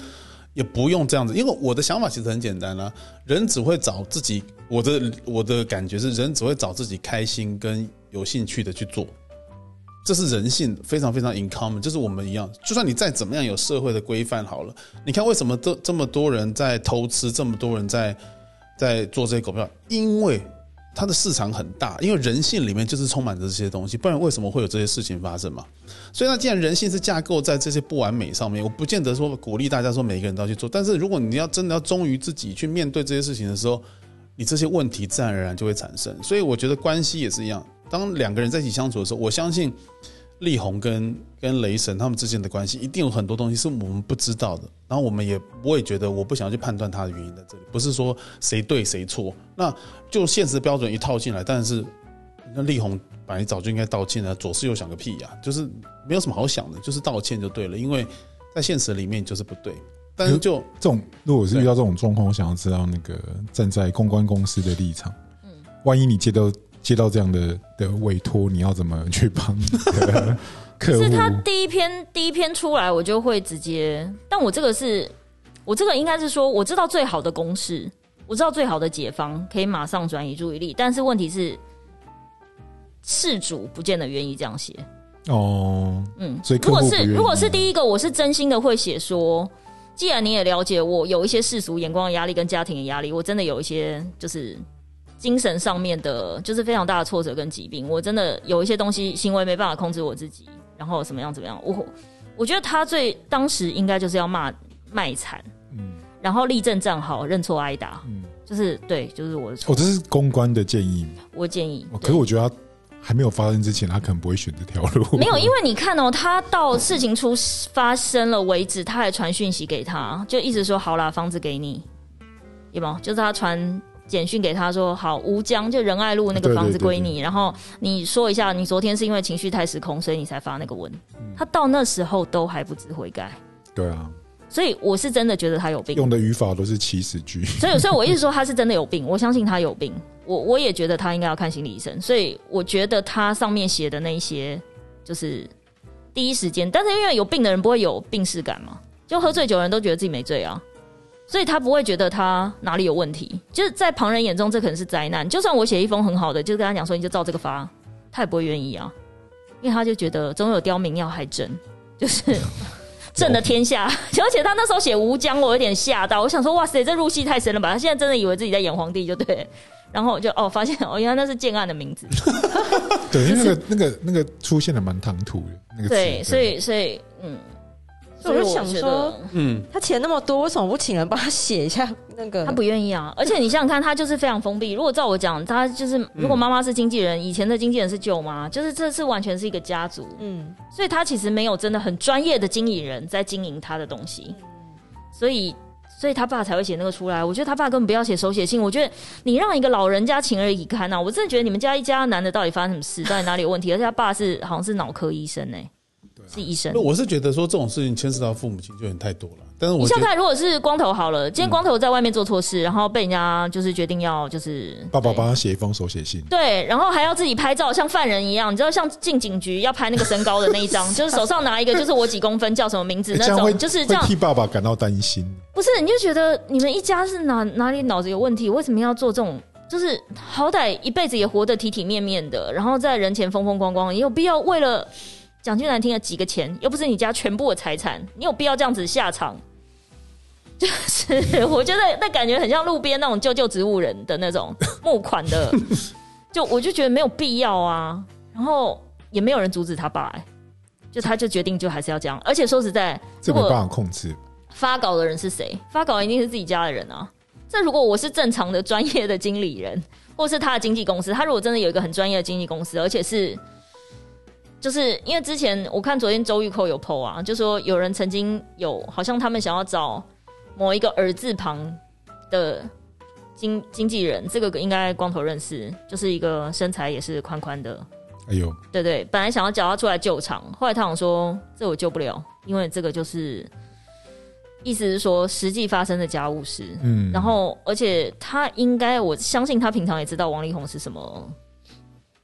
Speaker 2: 也不用这样子。因为我的想法其实很简单啦、啊人只会找自己，我的我的感觉是人只会找自己开心跟有兴趣的去做。这是人性非常非常 in common，就是我们一样，就算你再怎么样有社会的规范好了，你看为什么这这么多人在偷吃，这么多人在在做这些股票，因为它的市场很大，因为人性里面就是充满着这些东西，不然为什么会有这些事情发生嘛？所以那既然人性是架构在这些不完美上面，我不见得说鼓励大家说每个人都要去做，但是如果你要真的要忠于自己去面对这些事情的时候，你这些问题自然而然就会产生。所以我觉得关系也是一样，当两个人在一起相处的时候，我相信力宏跟跟雷神他们之间的关系一定有很多东西是我们不知道的，然后我们也我也觉得我不想要去判断他的原因在这里，不是说谁对谁错，那就现实标准一套进来，但是那力宏本来早就应该道歉了，左思右想个屁呀、就是没有什么好想的，就是道歉就对了，因为在现实里面就是不对，但
Speaker 1: 嗯
Speaker 2: 是就
Speaker 3: 这种，如果是
Speaker 1: 嗯
Speaker 3: 遇到这种状况，我想要知道那个站在公关公司的立场，万一你接到接到这样的的委托，你要怎么去帮你的 客户
Speaker 1: 是？他第一篇第一篇出来，我就会直接，但我这个是，我这个应该是说，我知道最好的公式，我知道最好的解方，可以马上转移注意力，但是问题是，事主不见得愿意这样写。
Speaker 3: 哦，
Speaker 1: 嗯，
Speaker 3: 所以
Speaker 1: 如
Speaker 3: 客户
Speaker 1: 果
Speaker 3: 不
Speaker 1: 是
Speaker 3: 愿意
Speaker 1: 如果是第一个，我是真心的会写说，既然你也了解我有一些世俗眼光的压力跟家庭的压力，我真的有一些就是精神上面的，就是非常大的挫折跟疾病，我真的有一些东西行为没办法控制我自己，然后怎么样怎么样，我我觉得他最当时应该就是要骂卖惨，
Speaker 3: 嗯
Speaker 1: 然后立正站好，认错挨打，
Speaker 3: 嗯，
Speaker 1: 就是对，就是我的错，
Speaker 3: 哦，这是公关的建议。
Speaker 1: 我建议
Speaker 3: 哦，可
Speaker 1: 对
Speaker 3: 是我觉得他还没有发生之前，他可能不会选这条路。
Speaker 1: 没有，因为你看哦，他到事情出发生了为止，他还传讯息给他，就一直说好啦，房子给你，有没有？就是他传简讯给他说好，吴江就仁爱路那个
Speaker 3: 对对
Speaker 1: 房子
Speaker 3: 对
Speaker 1: 归
Speaker 3: 对
Speaker 1: 你，然后你说一下，你昨天是因为情绪太失控，所以你才发那个文。
Speaker 3: 嗯
Speaker 1: 他到那时候都还不知悔改，
Speaker 3: 对啊，
Speaker 1: 所以我是真的觉得他有病。
Speaker 3: 用的语法都是祈使 句。
Speaker 1: 所以，所以我一直说他是真的有病，我相信他有病，我我也觉得他应该要看心理医生。所以我觉得他上面写的那一些，就是第一时间，但是因为有病的人不会有病视感嘛，就喝醉酒的人都觉得自己没醉啊，所以他不会觉得他哪里有问题。就是在旁人眼中，这可能是灾难。就算我写一封很好的，就是跟他讲说你就照这个发，他也不会愿意啊，因为他就觉得总有刁民要害朕，就是。 朕的天下，而且他那时候写吴江，我有点吓到，我想说哇塞，这入戏太深了吧？他现在真的以为自己在演皇帝，就对了。然后我就哦，发现哦，原来那是建案的名字。
Speaker 3: 对，因为那个那个那个出现的蛮唐突的那个词。
Speaker 1: 对，所以所以嗯，
Speaker 4: 所以我就想说
Speaker 1: 觉得
Speaker 2: 嗯，
Speaker 4: 他钱那么多，为什么不请人帮他写一下那个？
Speaker 1: 他不愿意啊。而且你想想看，他就是非常封闭。如果照我讲，他就是如果妈妈是经纪人，以前的经纪人是舅妈，就是这次完全是一个家族，
Speaker 4: 嗯，
Speaker 1: 所以他其实没有真的很专业的经营人在经营他的东西，所以。所以他爸才会写那个出来，我觉得他爸根本不要写手写信。我觉得你让一个老人家情而以堪啊！我真的觉得你们家一家男的到底发生什么事，到底哪里有问题？而且他爸是好像是脑科医生呢、欸是医生
Speaker 2: 那。我是觉得说这种事情牵涉到父母亲就有点太多了，但是
Speaker 1: 你
Speaker 2: 我觉
Speaker 1: 像
Speaker 2: 得
Speaker 1: 看，如果是光头好了，今天光头在外面做错事，然后被人家就是决定要就是
Speaker 3: 爸爸帮他写一封手写信。
Speaker 1: 对，然后还要自己拍照，像犯人一样，你知道，像进警局要拍那个身高的那一张，就是手上拿一个就是我几公分叫什么名字
Speaker 3: 诶
Speaker 1: 那
Speaker 3: 哎这样会
Speaker 1: 种，就是这样
Speaker 3: 会。替爸爸感到担心。
Speaker 1: 不是，你就觉得你们一家是哪哪里脑子有问题？为什么要做这种？就是好歹一辈子也活得体体面面的，然后在人前风风光光，也有必要为了讲句难听的几个钱，又不是你家全部的财产，你有必要这样子下场？就是我觉得那感觉很像路边那种救救植物人的那种募款的，就我就觉得没有必要啊。然后也没有人阻止他爸、欸，就他就决定就还是要这样。而且说实在，
Speaker 3: 这
Speaker 1: 如
Speaker 3: 没
Speaker 1: 果
Speaker 3: 办法控制，
Speaker 1: 发稿的人是谁？发稿一定是自己家的人啊。这如果我是正常的专业的经理人，或是他的经纪公司，他如果真的有一个很专业的经纪公司，而且是，就是因为之前我看昨天周玉蔻有 PO 啊，就说有人曾经有好像他们想要找某一个儿字旁的经经纪人，这个应该光头认识，就是一个身材也是宽宽的，
Speaker 3: 哎呦，
Speaker 1: 对对，本来想要叫他出来救场，后来他想说这我救不了，因为这个就是意思是说实际发生的家务事。
Speaker 3: 嗯，
Speaker 1: 然后，而且他应该，我相信他平常也知道王力宏是什么，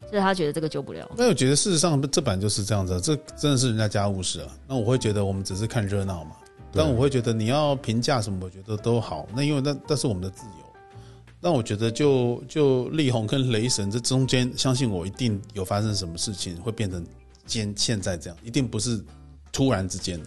Speaker 1: 所以他觉得这个救不了。
Speaker 2: 那我觉得事实上这版就是这样子啊，这真的是人家家务事啊。那我会觉得我们只是看热闹嘛，
Speaker 3: 对
Speaker 2: 但我会觉得你要评价什么，我觉得都好。那因为那那是我们的自由。那我觉得就就力宏跟雷神这中间，相信我一定有发生什么事情会变成现现在这样，一定不是突然之间的。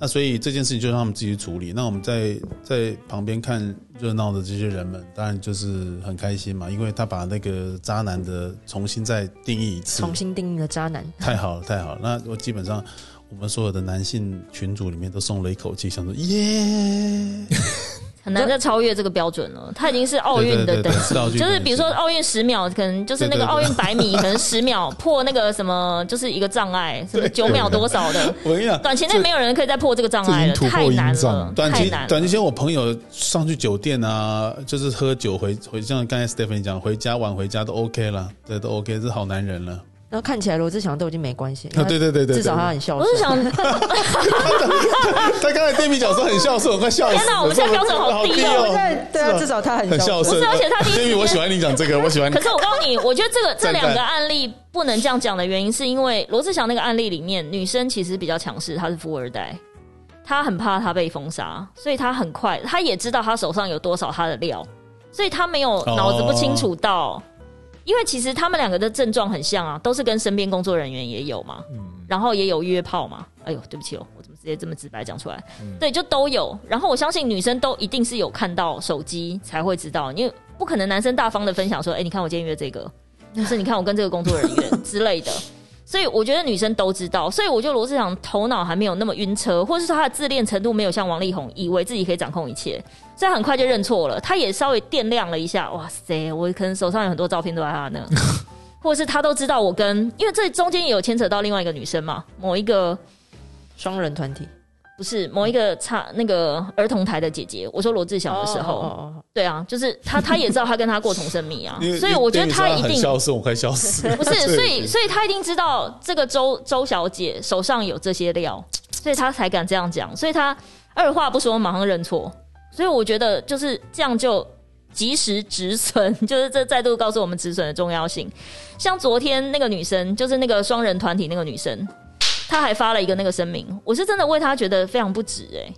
Speaker 2: 那所以这件事情就让他们自己去处理。那我们在在旁边看热闹的这些人们，当然就是很开心嘛，因为他把那个渣男的重新再定义一次，
Speaker 4: 重新定义了渣男，
Speaker 2: 太好了，太好了！那我基本上我们所有的男性群组里面都松了一口气，想说 耶，
Speaker 1: 很难再超越这个标准了，他已经是奥运的
Speaker 2: 对对对
Speaker 1: 等
Speaker 2: 对
Speaker 1: 级
Speaker 2: 是奥，运
Speaker 1: 就是
Speaker 2: 等级
Speaker 1: 比如说奥运十秒，可能就是那个
Speaker 2: 对对对
Speaker 1: 奥运百米，可能十秒破那个什么，就是一个障碍，什么
Speaker 2: 对
Speaker 1: 九秒多少的，
Speaker 2: 我跟你讲，
Speaker 1: 短期内没有人可以再破这个障碍了，
Speaker 3: 这已经突破
Speaker 1: 太难
Speaker 3: 音障
Speaker 1: 了，
Speaker 2: 短
Speaker 1: 太
Speaker 2: 期
Speaker 1: 难了。
Speaker 2: 短期间，我朋友上去酒店啊，就是喝酒回回，像刚才 Stephanie 讲，回家晚回家都 OK 了，对，都 OK，是好男人了。
Speaker 4: 然后看起来罗志祥都已经没关系，
Speaker 2: 啊对对对对对
Speaker 4: 至少他很孝
Speaker 1: 我是
Speaker 4: 顺。
Speaker 1: 想，
Speaker 2: 他刚才对比讲说很孝顺，我快笑死了。
Speaker 1: 天哪我们现在标准好低哦
Speaker 2: 哦
Speaker 4: 对对啊，至少他很
Speaker 2: 很孝
Speaker 4: 孝顺。
Speaker 2: 顺。
Speaker 1: 不是而且他第一时间
Speaker 2: Jamie，我喜欢你讲这个，我喜欢你
Speaker 1: 可。是我告诉你，我觉得这 个这
Speaker 2: 赞赞
Speaker 1: 两个案例不能这样讲的原因，是因为罗志祥那个案例里面，女生其实比较强势，她是富二代，她很怕她被封杀，所以她很快，她也知道她手上有多少她的料，所以她没有脑子不清楚到，因为其实他们两个的症状很像啊，都是跟身边工作人员也有嘛，然后也有约炮嘛，哎呦，对不起哦，我怎么直接这么直白讲出来？对，就都有。然后我相信女生都一定是有看到手机才会知道，因为不可能男生大方的分享说，哎、你看我今天约这个，就是你看我跟这个工作人员之类的。所以我觉得女生都知道，所以我觉得罗志祥头脑还没有那么晕车，或者是他的自恋程度没有像王力宏以为自己可以掌控一切，所以他很快就认错了。他也稍微掂量了一下，哇塞，我可能手上有很多照片都在他 那，或者是他都知道我跟，因为这中间也有牵扯到另外一个女生嘛，某一个呃
Speaker 4: 双人团体
Speaker 1: 不是某一个差那个儿童台的姐姐，我说罗志祥的时候，
Speaker 4: 哦哦哦
Speaker 1: 对啊，就是他他也知道他跟他过重生命啊
Speaker 2: 因为，
Speaker 1: 所以我觉得
Speaker 2: Jamie 说
Speaker 1: 他
Speaker 2: 他
Speaker 1: 一
Speaker 2: 很
Speaker 1: 定
Speaker 2: 孝顺，我快笑死了。
Speaker 1: 不是，所以所以他一定知道这个周周小姐手上有这些料，所以他才敢这样讲，所以他二话不说马上认错，所以我觉得就是这样就及时止损， 就是这再度告诉我们止损的重要性。像昨天那个女生，就是那个双人团体那个女生，她还发了一个那个声明，我是真的为她觉得非常不值哎、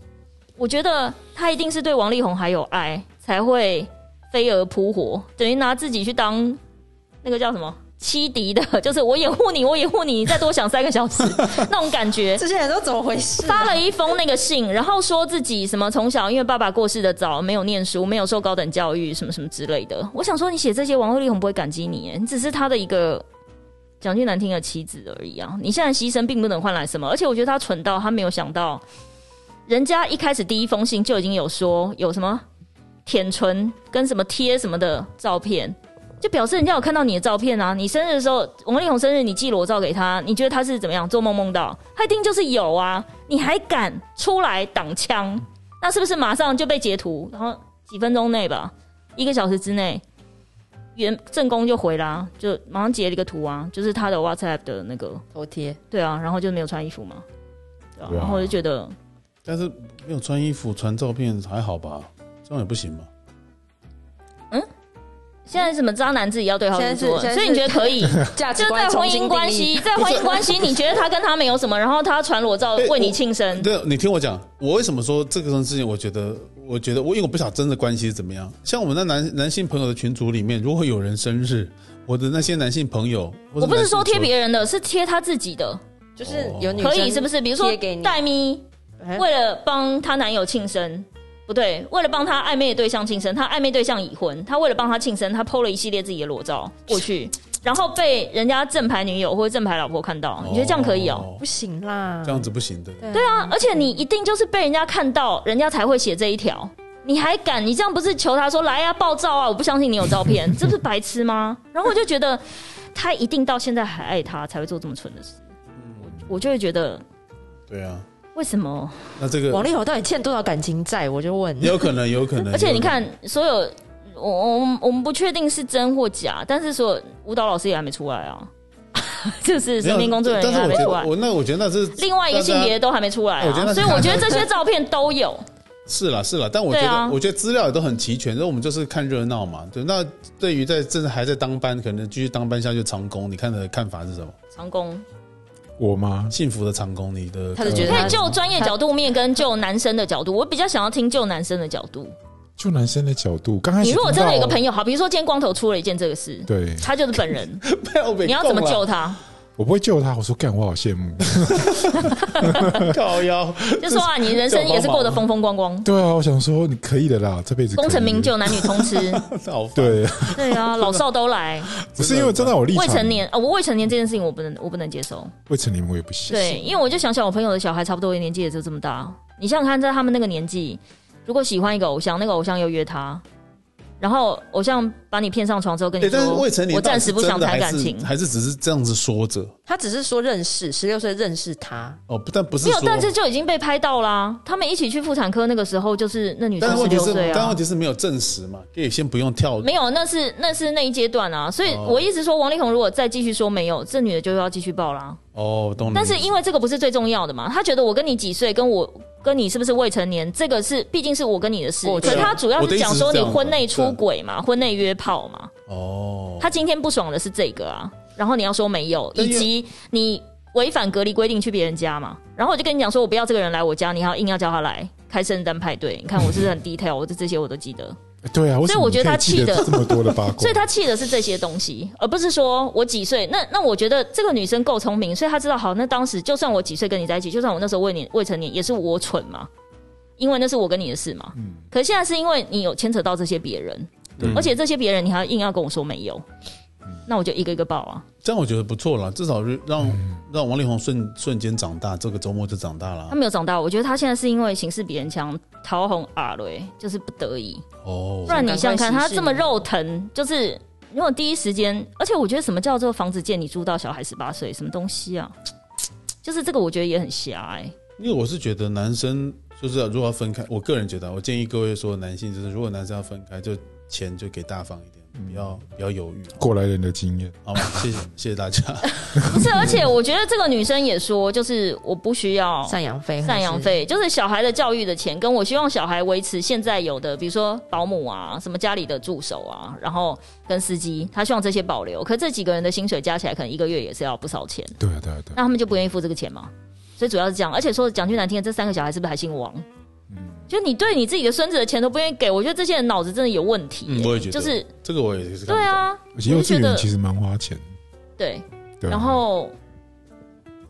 Speaker 1: 我觉得她一定是对王力宏还有爱，才会飞蛾扑火，等于拿自己去当那个叫什么欺敌的， 就是我掩护你，我掩护你，你再多想三个小时那种感觉。
Speaker 4: 这些人都怎么回事？
Speaker 1: 发了一封那个信，然后说自己什么从小因为爸爸过世的早，没有念书，没有受高等教育，什么什么之类的。我想说，你写这些，王力宏不会感激你耶，你只是他的一个讲句难听的妻子而已啊！你现在牺牲并不能换来什么，而且我觉得他蠢到他没有想到，人家一开始第一封信就已经有说有什么舔唇跟什么贴什么的照片。就表示人家有看到你的照片啊！你生日的时候，王力宏生日，你寄裸照给他，你觉得他是怎么样？做梦梦到他一定就是有啊！你还敢出来挡枪， 那是不是马上就被截图？然后几分钟内吧，一个小时之内，原正宫就回啦、啊就马上截了一个图啊，就是他的 WhatsApp 的那个，
Speaker 4: 头贴，
Speaker 1: 对啊，然后就没有穿衣服嘛，对啊
Speaker 3: 哇
Speaker 1: 然后我就觉得
Speaker 2: 但是没有穿衣服传照片还好吧？这样也不行吧？
Speaker 1: 现在什么渣男自己要对号入座，
Speaker 4: 现在是
Speaker 1: 所以你觉得可以？
Speaker 4: 价
Speaker 1: 就
Speaker 4: 值
Speaker 1: 是
Speaker 4: 观
Speaker 1: 在
Speaker 4: 重
Speaker 1: 婚
Speaker 4: 新
Speaker 1: 姻
Speaker 4: 定
Speaker 1: 关
Speaker 4: 义
Speaker 1: 系， 在婚姻关系，你觉得他跟他没有什么，然后他传裸照
Speaker 2: 对
Speaker 1: 为你
Speaker 2: 我
Speaker 1: 庆生，
Speaker 2: 对，啊你听我讲，我为什么说这个事情？我觉得，我觉得我因为我不晓得真的关系是怎么样。像我们那男男性朋友的群组里面，如果有人生日，我的那些男性朋友，
Speaker 1: 我不是说贴
Speaker 2: 人，
Speaker 1: 别人的，是贴他自己的，
Speaker 4: 就是有女生
Speaker 1: 可以是不是？比如说
Speaker 4: 贴给你，
Speaker 1: 黛咪，
Speaker 4: 哎
Speaker 1: 为了帮她男友庆生，不对，为了帮她暧昧的对象庆生，她暧昧对象已婚，她为了帮他庆生，她 PO 了一系列自己的裸照过去，然后被人家正牌女友或者正牌老婆看到，你觉得这样可以哦、
Speaker 4: 不行啦，
Speaker 2: 这样子不行的。
Speaker 4: 对啊，
Speaker 1: 啊而且你一定就是被人家看到，人家才会写这一条。你还敢？你这样不是求他说来呀、爆照啊！我不相信你有 照片，这不是白痴吗？然后我就觉得他一定到现在还爱他，才会做这么蠢的事。
Speaker 2: 嗯
Speaker 1: 我就会觉得
Speaker 2: 对啊，
Speaker 1: 为什么？
Speaker 2: 那这个
Speaker 4: 王力宏到底欠多少感情债？我就问，
Speaker 2: 有可能，有可能。
Speaker 1: 而且你
Speaker 2: 有可能，
Speaker 1: 看，所有我我我们我们不确定是真或假，但是所有舞蹈老师也还没出来啊， 就是身边工作人员
Speaker 2: 没
Speaker 1: 还
Speaker 2: 有
Speaker 1: 没
Speaker 2: 但是
Speaker 1: 出
Speaker 2: 我觉
Speaker 1: 来
Speaker 2: 得，，我那我觉得那是
Speaker 1: 另外一个性别都还没出来
Speaker 2: 我觉得
Speaker 1: 啊，
Speaker 2: 那
Speaker 1: 所以我觉得 这些照片都有。
Speaker 2: 是啦，是啦，但我觉
Speaker 1: 对
Speaker 2: 得、
Speaker 1: 啊
Speaker 2: 我觉得资料也都很齐全，那我们就是看热闹嘛。对，那对于在正还在当班，可能继续当班下去长工，你看的看法是什么？
Speaker 1: 长工
Speaker 3: 我吗？
Speaker 2: 幸福的长工，你的
Speaker 4: 他是觉得
Speaker 1: 可
Speaker 4: 他
Speaker 1: 以就专业角度面跟就男生的角度，我比较想要听就男生的角度。
Speaker 3: 就男生的角度，刚开始
Speaker 1: 你如果真的有一个朋
Speaker 3: 友，
Speaker 1: 友，好，比如说今天光头出了一件这个事，
Speaker 3: 对
Speaker 1: 他就是本人，
Speaker 2: 被我被
Speaker 1: 你要怎么
Speaker 2: 供
Speaker 1: 救
Speaker 2: 了
Speaker 1: 他？
Speaker 3: 我不会救他，我说干，我好羡慕。
Speaker 2: 靠腰？
Speaker 1: 就说啊，你人生也是过得风风光光，
Speaker 3: 对啊，我想说你可以的啦，这辈子可以
Speaker 1: 功成名就，。男女通 吃。
Speaker 2: 好烦，
Speaker 3: 对，
Speaker 1: 对啊，老少都来。
Speaker 3: 不是因为真的我立场
Speaker 1: 未成年啊、哦，我未成年这件事情我不能，我不能接受。
Speaker 3: 未成年我也不行。
Speaker 1: 对，因为我就想想，我朋友的小孩差不多年纪也就这么大，你想想看，在他们那个年纪，如果喜欢一个偶像，那个偶像又约他，然后偶像把你骗上床之后，跟你
Speaker 2: 哎，但是
Speaker 1: 说
Speaker 2: 未成，年
Speaker 1: 我
Speaker 2: 到底
Speaker 1: 暂
Speaker 2: 是
Speaker 1: 时不想
Speaker 2: 真的
Speaker 1: 谈
Speaker 2: 还
Speaker 1: 感
Speaker 2: 是
Speaker 1: 情。
Speaker 2: 还是只是这样子说着
Speaker 4: 他只是说认识，十六岁认识他，
Speaker 2: 哦，不但不是
Speaker 1: 没有
Speaker 2: 说，，
Speaker 1: 但是就已经被拍到啦。他们一起去妇产科那个时候，就是那女
Speaker 2: 但
Speaker 1: 生
Speaker 2: 是问
Speaker 1: 十
Speaker 2: 题
Speaker 1: 六
Speaker 2: 是，
Speaker 1: 岁
Speaker 2: 但
Speaker 1: 啊
Speaker 2: 问，题是没有证实嘛，可以先不用跳。
Speaker 1: 没有，那是那是那一阶段啊。所以
Speaker 2: 哦
Speaker 1: 我意思说，王力宏如果再继续说没有，这女的就要继续报啦。
Speaker 2: 哦，懂你的
Speaker 1: 但
Speaker 2: 意思。
Speaker 1: 是因为这个不是最重要的嘛，他觉得我跟你几岁，跟我跟你是不是未成年，这个是毕竟是我跟你的事。
Speaker 4: 过去
Speaker 1: 可他主要
Speaker 2: 哦啊我的
Speaker 1: 是
Speaker 2: 意思
Speaker 1: 讲
Speaker 2: 是
Speaker 1: 说
Speaker 2: 这
Speaker 1: 你
Speaker 2: 样啊
Speaker 1: 婚
Speaker 2: 的
Speaker 1: 内
Speaker 2: 对
Speaker 1: 出轨嘛，婚内约炮嘛。
Speaker 2: 哦，
Speaker 1: 他今天不爽的是这个啊，然后你要说没有，
Speaker 2: 但
Speaker 1: 以
Speaker 2: 因为
Speaker 1: 及你违反隔离规定去别人家嘛，然后我就跟你讲说，我不要这个人来我家，你还要硬要叫他来开圣诞派对，你看我是不是很 detail，我这这些我都记 得，
Speaker 3: 对啊，
Speaker 1: 所
Speaker 3: 为什
Speaker 1: 以
Speaker 3: 么
Speaker 1: 我觉得
Speaker 3: 你可
Speaker 1: 他气
Speaker 3: 记
Speaker 1: 得
Speaker 3: 得这么 多的八卦，
Speaker 1: 所以他气的是这些东西，而不是说我几岁。那那我觉得这个女生够聪明，所以她知道，好，那当时就算我几岁跟你在一起，就算我那时候未年未成年，也是我蠢嘛，嗯因为那是我跟你的事嘛。可现在是因为你有牵扯到这些别人，而且这些别人你还硬要跟我说没有，那我就一个一个报啊。
Speaker 2: 这样我觉得不错了，至少让让王力宏瞬瞬间长大，这个周末就长大
Speaker 1: 他
Speaker 2: 了。
Speaker 1: 没有长大，我觉得他现在是因为形势比人强，桃红阿瑞就是不得已。
Speaker 2: 哦
Speaker 1: 不，然你想想看，
Speaker 4: 赶快
Speaker 1: 他
Speaker 4: 息事
Speaker 1: 这么
Speaker 4: 宁
Speaker 1: 肉疼，就是如果第一时间，而且我觉得什么叫做房子借你住到小孩十八岁，什么东西啊？就是这个，我觉得也很狭隘、
Speaker 2: 因为我是觉得男生就是要如果要分开，我个人觉得啊，我建议各位说男性就是如果男生要分开，就钱就给大方一点，不要不要犹豫。啊
Speaker 3: 过来人的经验，
Speaker 2: 好吗，谢谢 谢谢大家。
Speaker 1: 不是，而且我觉得这个女生也说，就是我不需要
Speaker 4: 赡养费，
Speaker 1: 赡养，费，就是小孩的教育的钱，跟我希望小孩维持现在有的，比如说保姆啊，什么家里的助手啊，然后跟司机，他希望这些保留。可这几个人的薪水加起来，可能一个月也是要不少钱，
Speaker 3: 对啊，对啊，对啊，
Speaker 1: 那他们就不愿意付这个钱嘛。所以主要是这样，而且说讲句难听的，这三个小孩是不是还姓王？就你对你自己的孙子的钱都不愿意给，我觉得这些人脑子真的有问题、
Speaker 2: 嗯，我也觉得，
Speaker 1: 就是
Speaker 2: 这个我也是看不懂
Speaker 1: 对，啊，
Speaker 3: 而且幼
Speaker 1: 我就
Speaker 3: 稚
Speaker 1: 觉
Speaker 3: 园
Speaker 1: 得
Speaker 3: 其实蛮花钱，
Speaker 1: 对。
Speaker 3: 对啊，
Speaker 1: 然后，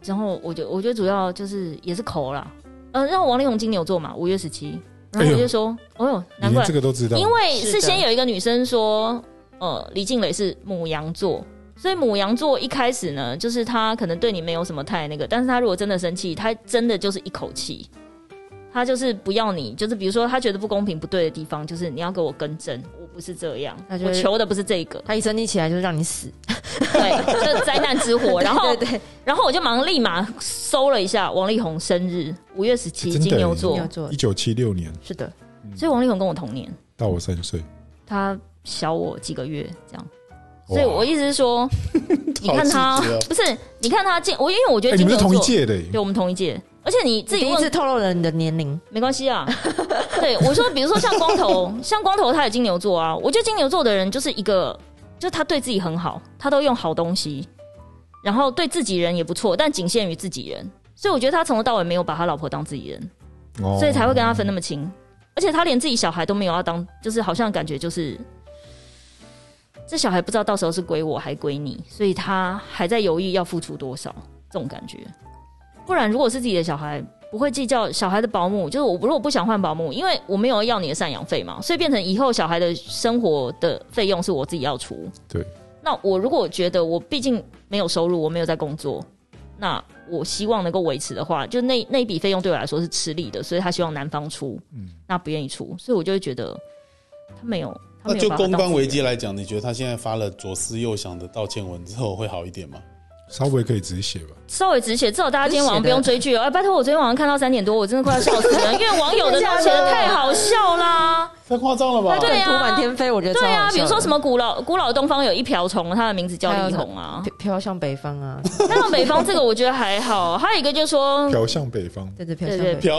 Speaker 1: 然后我觉我觉得主要就是也是口啦，呃，然后王力宏金牛座嘛，五月十七，然后我
Speaker 3: 哎
Speaker 1: 就
Speaker 3: 呦
Speaker 1: 说，哦呦，
Speaker 3: 你
Speaker 1: 难怪
Speaker 3: 连这，个都知道，
Speaker 1: 因为
Speaker 4: 是
Speaker 1: 是
Speaker 4: 的
Speaker 1: 先有一个女生说，呃，李静蕾是母羊座。所以母羊座一开始呢，就是他可能对你没有什么太那个，但是他如果真的生气，他真的就是一口气，他就是不要你，就是比如说他觉得不公平不对的地方，就是你要给我更正，我不是这样，
Speaker 4: 他就
Speaker 1: 我
Speaker 4: 是
Speaker 1: 求的不是这 个，
Speaker 4: 他一生气起来就是让你死，
Speaker 1: 对，这灾难之火。然后
Speaker 4: 对对，
Speaker 1: 然后我就马上立马搜了一下王力宏生日，五月十七，
Speaker 3: 哎真的嗯
Speaker 1: 金牛
Speaker 4: 你
Speaker 1: 座
Speaker 4: 要，做
Speaker 3: 一，九七六年
Speaker 4: 是的，
Speaker 1: 所以王力宏跟我同年，
Speaker 3: 到我三岁，
Speaker 1: 他小我几个月这样。
Speaker 3: 哇
Speaker 1: 所以我意思是 说，你看他
Speaker 2: 好细节哦
Speaker 1: 不是，你看他金，我因为我觉
Speaker 3: 哎，
Speaker 1: 得
Speaker 3: 你
Speaker 1: 金
Speaker 3: 们
Speaker 1: 牛
Speaker 3: 是
Speaker 1: 座，
Speaker 3: 同一届的耶，
Speaker 1: 对我们同一届，而且你自己
Speaker 4: 第一次
Speaker 1: 问
Speaker 4: 透露了你的年龄，
Speaker 1: 没关系啊。 对我说，比如说像光 头，像光头他也金牛座啊，我觉得金牛座的人就是一个，就是他对自己很好，他都用好东西，然后对自己人也不错，但仅限于自己人。所以我觉得他从头到尾没有把他老婆当自己人，
Speaker 3: 哦
Speaker 1: 所以才会跟他分那么清。而且他连自己小孩都没有要当，就是好像感觉就是这小孩不知道到时候是归我还归你，所以他还在犹豫要付出多少这种感觉。不然如果是自己的小孩，不会计较小孩的保姆，就是我如果不想换保姆，因为我没有要你的赡养费嘛，所以变成以后小孩的生活的费用是我自己要出。
Speaker 3: 对，
Speaker 1: 那我如果觉得我毕竟没有收入，我没有在工作，那我希望能够维持的话，就那那一笔费用对我来说是吃力的，所以他希望男方出，那不愿意出，所以我就会觉得他没有，他
Speaker 2: 那
Speaker 1: 没有
Speaker 2: 就
Speaker 1: 把他
Speaker 2: 公
Speaker 1: 当
Speaker 2: 关
Speaker 1: 自己
Speaker 2: 危
Speaker 1: 人
Speaker 2: 机来讲，你觉得他现在发了左思右想的道歉文之后会好一点吗？
Speaker 3: 稍微可以只写吧，
Speaker 1: 稍微止血，至少大家今天晚上不用追剧哦。哎，拜托，我昨天晚上看到三点多，我真的快要笑死了，因为网友的都写的太好笑啦。
Speaker 2: 太夸张了吧？
Speaker 1: 对啊
Speaker 4: 突满天飞，我觉得
Speaker 1: 对啊，比如说什
Speaker 4: 么
Speaker 1: 么古老古老东方有一瓢虫，它的名字叫力宏啊。
Speaker 4: 飘飘向北 方啊，
Speaker 1: 那种北方这个我觉得还好，还有一个就是说，
Speaker 3: 飘向北方，
Speaker 4: 对对飘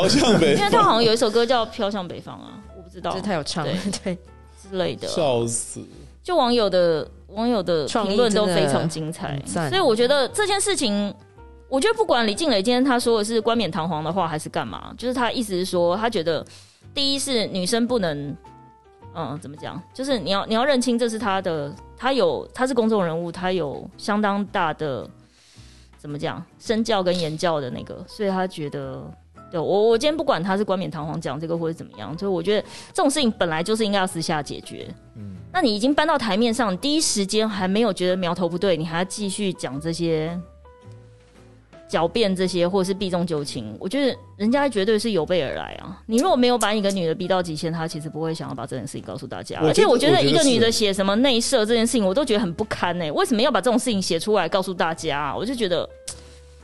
Speaker 4: 向
Speaker 2: 嫖向北
Speaker 4: 北方，
Speaker 1: 因为他好像有一首歌叫《飘向北方》啊，我不知道
Speaker 4: 就是他有唱，对，
Speaker 1: 之类的 啊。
Speaker 2: 笑死！
Speaker 1: 就网友的网友的评论都非常精彩
Speaker 4: 创意真的很，赞
Speaker 1: 所以我觉得这件事情，我觉得不管李静蕾今天她说的是冠冕堂皇的话还是干嘛，就是她意思是说，她觉得第一是女生不能，嗯，怎么讲，就是你要你要认清这是她的，她有她是公众人物，她有相当大的怎么讲身教跟言教的那个，所以她觉得。对我，我今天不管她是冠冕堂皇讲这个或者怎么样，所以我觉得这种事情本来就是应该要私下解决。
Speaker 2: 嗯
Speaker 1: 那你已经搬到台面上，你第一时间还没有觉得苗头不对，你还要继续讲这些狡辩这些，或者是避重就轻，我觉得人家绝对是有备而来啊。你如果没有把你跟女的逼到极限，她其实不会想要把这件事情告诉大家。
Speaker 2: 我觉得
Speaker 1: 而且我觉
Speaker 2: 我
Speaker 1: 得
Speaker 2: 觉得
Speaker 1: 一个女的
Speaker 2: 是
Speaker 1: 写什么内射这件事情，我都觉得很不堪呢、为什么要把这种事情写出来告诉大家啊、我就觉得，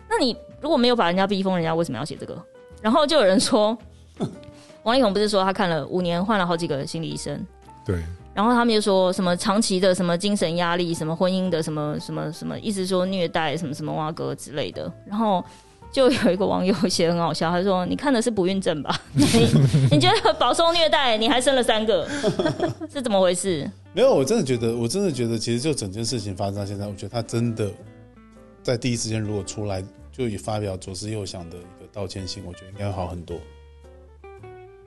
Speaker 1: 那你如果没有把人家逼疯，人家为什么要写这个？然后就有人说， 王力宏不是说他看了五年，换了好几个心理医生，
Speaker 3: 对，
Speaker 1: 然后他们就说什么长期的什么精神压力，什么婚姻的什么什么什么，一直说虐待什么什么蛙哥之类的。然后就有一个网友写得很好笑，他说：“你看的是不孕症吧？ 你你觉得饱受虐待，你还生了三个， 是怎么回事？
Speaker 2: 没有，我真的觉得，我真的觉得，其实就整件事情发生到现在，我觉得他真的在第一时间如果出来就以发表左思右想的一个道歉信，我觉得应该好很多，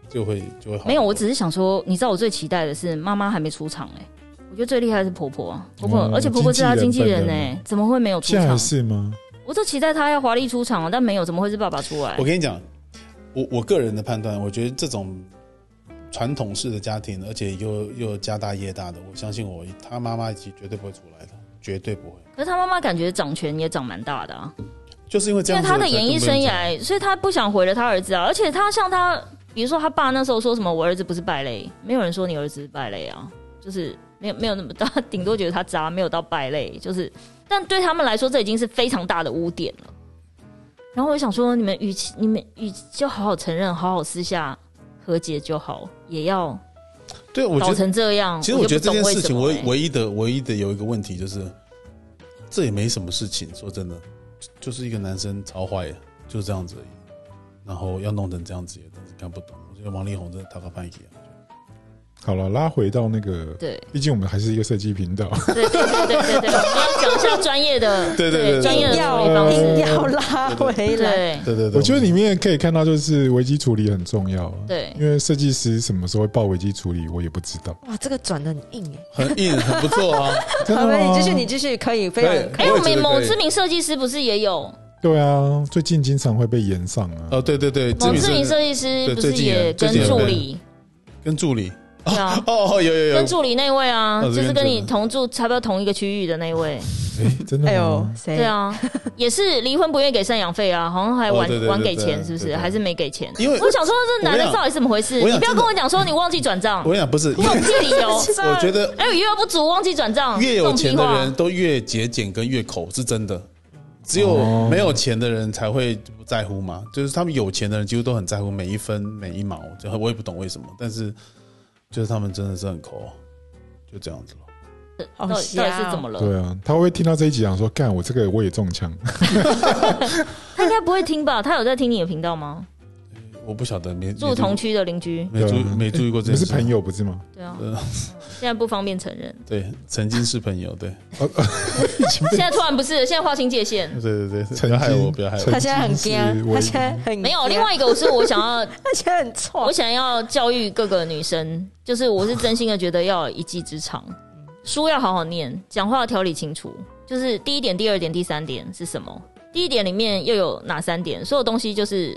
Speaker 2: 就会就会好很多。
Speaker 1: 没有，我只是想说，你知道我最期待的是妈妈还没出场哎、我觉得最厉害的是婆婆啊，婆婆，
Speaker 3: 嗯
Speaker 1: 而且婆婆是她经纪人
Speaker 3: 经纪人
Speaker 1: 哎、
Speaker 3: 本人
Speaker 1: 怎么会没有出
Speaker 3: 现在还
Speaker 1: 场？
Speaker 3: 是吗？
Speaker 1: 我就期待她要华丽出场，但没有，怎么会是爸爸出来
Speaker 2: 我？跟你讲，我我个人的判断，我觉得这种传统式的家庭，而且又又家大业大的，我相信我他妈妈绝绝对不会出来的，绝对不会。
Speaker 1: 可是她妈妈感觉掌权也掌蛮大的啊。
Speaker 2: 就是因为这
Speaker 1: 因为
Speaker 2: 样子，
Speaker 1: 他的
Speaker 2: 我才
Speaker 1: 演艺
Speaker 2: 更不
Speaker 1: 生
Speaker 2: 能讲
Speaker 1: 涯，所以他不想毁了他儿子啊。而且他像他，比如说他爸那时候说什么“我儿子不是败类”，没有人说你儿子是败类啊，就是没有没有那么大，顶多觉得他渣，没有到败类。就是，但对他们来说，这已经是非常大的污点了。然后我想说，你们与其你们与其就好好承认，好好私下和解就好，也要
Speaker 2: 对，我
Speaker 1: 搞
Speaker 2: 觉得
Speaker 1: 成这样。
Speaker 2: 其实我觉
Speaker 1: 就
Speaker 2: 得这件
Speaker 1: 不懂为
Speaker 2: 事
Speaker 1: 什
Speaker 2: 情
Speaker 1: 么
Speaker 2: 唯
Speaker 1: 欸
Speaker 2: 唯一的唯一的有一个问题就是，这也没什么事情，说真的，就就是一个男生吵坏了，就这样子而已。然后要弄成这样子，也真是看不懂。我觉得王力宏真的太个叛逆了。
Speaker 3: 好了，拉回到那个，
Speaker 1: 对
Speaker 3: 毕竟我们还是一个设计 频道，
Speaker 1: 对对对对对对，我们要讲一下专业的，
Speaker 2: 对对对对
Speaker 1: 专业的处理
Speaker 4: 要
Speaker 1: 方
Speaker 4: 硬
Speaker 1: 式，
Speaker 4: 要拉回来，
Speaker 1: 对
Speaker 2: 对对对，
Speaker 3: 我觉得里面可以看到就是危机处理很重要，啊
Speaker 1: 对。
Speaker 3: 因为设计师什么时候会报危机处理，我也不知 道。
Speaker 4: 哇，这个转的很硬哎。
Speaker 2: 很硬，很不错啊。
Speaker 3: 真的
Speaker 4: 好，
Speaker 3: 吗
Speaker 4: 那你继续，你继续，哦可以，非
Speaker 2: 对
Speaker 1: 哎、
Speaker 4: 常
Speaker 2: 我
Speaker 1: 我
Speaker 2: 也觉得
Speaker 1: 们某
Speaker 2: 可以
Speaker 1: 知名设计师不是也有？
Speaker 3: 对啊，最近经常会被延上啊。
Speaker 2: 哦，对对对，
Speaker 1: 某
Speaker 2: 名
Speaker 1: 知名
Speaker 2: 设
Speaker 1: 设计师
Speaker 2: 对
Speaker 1: 不
Speaker 2: 最
Speaker 1: 是
Speaker 2: 近也
Speaker 1: 也
Speaker 2: 最
Speaker 1: 跟
Speaker 2: 近也
Speaker 1: 助
Speaker 2: 被
Speaker 1: 理？
Speaker 2: 跟助理，
Speaker 1: 对啊，
Speaker 2: 哦哦有有有
Speaker 1: 跟，助理那位啊，
Speaker 2: 哦
Speaker 1: 就
Speaker 2: 这
Speaker 1: 是
Speaker 2: 边
Speaker 1: 跟
Speaker 2: 这
Speaker 1: 你
Speaker 2: 边
Speaker 1: 同住差不多同一个区域的那位。
Speaker 3: 哎，真的吗？
Speaker 4: 哎呦，谁？
Speaker 1: 对，啊，也是离婚不愿意给赡养费啊，好像还
Speaker 2: 哦
Speaker 1: 晚
Speaker 2: 对对对
Speaker 1: 晚给
Speaker 2: 对
Speaker 1: 钱，是
Speaker 2: 对
Speaker 1: 不是？
Speaker 2: 对
Speaker 1: 还是没给钱？
Speaker 2: 因为
Speaker 1: 我想说，这男
Speaker 2: 我跟
Speaker 1: 的
Speaker 2: 你讲
Speaker 1: 到底怎么回事？
Speaker 2: 我跟你
Speaker 1: 你
Speaker 2: 讲
Speaker 1: 不
Speaker 2: 真的
Speaker 1: 要跟我讲说你忘记转账
Speaker 2: 我，跟你讲不是，因为
Speaker 1: 忘记理由。
Speaker 4: 啊
Speaker 2: 我觉得
Speaker 1: 哎，我月要不足，忘记转账，
Speaker 2: 越有钱
Speaker 1: 这
Speaker 2: 的
Speaker 1: 啊种屁话
Speaker 2: 人，都越节俭跟越抠，是真的。只
Speaker 3: 哦
Speaker 2: 有没有钱的人才会不在乎嘛，就是他们有钱的人几乎都很在乎每一分每一毛，就我也不懂为什么，但是就是他们真的是很抠，就这样子了。
Speaker 1: 到
Speaker 4: 好
Speaker 1: 底到
Speaker 4: 瞎
Speaker 1: 底是怎
Speaker 4: 哦
Speaker 1: 么了？
Speaker 3: 对啊，他会听到这一集讲说，干我这个我也中枪，
Speaker 1: 他应该不会听吧？他有在听你的频道吗？
Speaker 2: 我不晓得没
Speaker 1: 住同区的邻居，
Speaker 2: 没注
Speaker 3: 对啊
Speaker 2: 没注意过
Speaker 3: 你
Speaker 2: 这件
Speaker 3: 们是
Speaker 2: 事，
Speaker 3: 朋友不是吗？
Speaker 1: 对啊，
Speaker 2: 呃
Speaker 1: 现在不方便承认。
Speaker 2: 对，曾经是朋友，对
Speaker 1: 现在突然不是，现在划清界限。
Speaker 2: 对对对，
Speaker 3: 曾
Speaker 2: 不要害我，
Speaker 3: 经
Speaker 2: 不要害我
Speaker 3: 曾，
Speaker 4: 他现在很
Speaker 3: 是
Speaker 4: 惊，啊
Speaker 3: 我
Speaker 4: 他现在很
Speaker 1: 没有，
Speaker 4: 惊啊
Speaker 1: 另外一个我是我想要，
Speaker 4: 他现在很啊错
Speaker 1: 我。想要教育各个女生，就是我是真心的觉得要有一技之长，书要好好念，讲话要条理清楚。就是第一点、第二点、第三点是什么？第一点里面又有哪三点？所有东西就是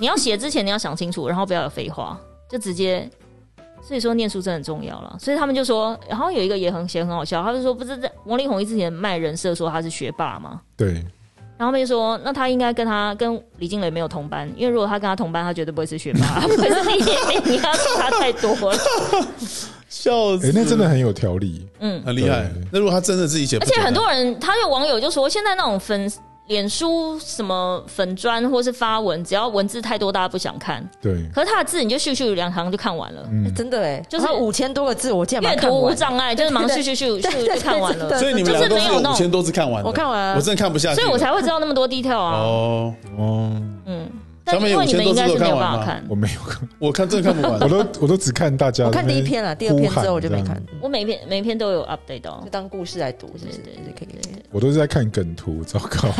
Speaker 1: 你要写之前你要想清楚，然后不要有废话，就直接。所以说念书真的很重要了。所以他们就说，然后有一个也很写得很好笑，他就说不是在王力宏之前卖人设说他是学霸吗？
Speaker 3: 对，
Speaker 1: 然后他们就说，那他应该跟他跟李静蕾没有同班，因为如果他跟他同班，他绝对不会是学霸，他不会是李静蕾，你要差太多了。
Speaker 2: 笑
Speaker 3: 哎
Speaker 2: 死，，
Speaker 3: 那真的很有条理，
Speaker 1: 嗯，
Speaker 2: 很厉害
Speaker 3: 对。
Speaker 2: 那如果他真的自己写，
Speaker 1: 而且很多人，他有网友就说，现在那种粉脸书什么粉砖或是发文，只要文字太多，大家不想看。
Speaker 3: 对，
Speaker 1: 可是他的字你就咻咻两行就看完了，
Speaker 4: 哎
Speaker 2: 嗯
Speaker 4: 真的哎，
Speaker 1: 就是
Speaker 4: 五千多个字，我竟然
Speaker 1: 阅
Speaker 4: 把它看
Speaker 1: 读
Speaker 4: 完
Speaker 1: 无障碍，就是忙咻咻咻
Speaker 4: 对对
Speaker 1: 咻
Speaker 4: 对
Speaker 1: 就看完
Speaker 4: 真
Speaker 1: 了
Speaker 4: 的，
Speaker 2: 所以你们
Speaker 1: 就是
Speaker 2: 俩都是
Speaker 1: 没有
Speaker 2: 有
Speaker 1: 弄
Speaker 2: 五千多字看完的，
Speaker 4: 我看完啊
Speaker 2: 我真的看不下去，
Speaker 1: 所以我才会知道那么多 detail 啊。
Speaker 2: 哦，
Speaker 3: 哦，
Speaker 1: 嗯，
Speaker 2: 小
Speaker 1: 但
Speaker 2: 美
Speaker 1: 因为你们
Speaker 2: 有
Speaker 1: 应
Speaker 2: 5000
Speaker 1: 该是没
Speaker 2: 多
Speaker 1: 有办
Speaker 2: 字都
Speaker 1: 法
Speaker 2: 看
Speaker 1: 看
Speaker 3: 我。没有 看，
Speaker 2: 我看真的看不完
Speaker 3: 我。都我都只看大家，
Speaker 4: 我看第一篇了，啊第二篇之后我就没
Speaker 3: 呼喊
Speaker 4: 看
Speaker 3: 这样，，
Speaker 1: 我每篇每篇都有 update 到
Speaker 4: 就，当故事来读，是不是？
Speaker 1: 对
Speaker 4: 就是可以。
Speaker 3: 我都是在看梗图，糟 糕，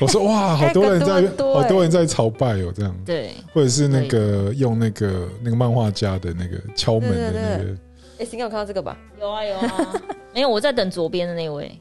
Speaker 3: 我说哇，好多人
Speaker 4: 哎
Speaker 3: 在
Speaker 4: 梗，图很多哎
Speaker 3: 好多人在朝拜哦，这样，
Speaker 1: 对。
Speaker 3: 或者是那个用那个那个漫画家的那个敲门的那
Speaker 4: 对
Speaker 3: 个，
Speaker 4: 哎，应该有看到这个吧？
Speaker 1: 有啊有啊， 没有我在等左边的那位，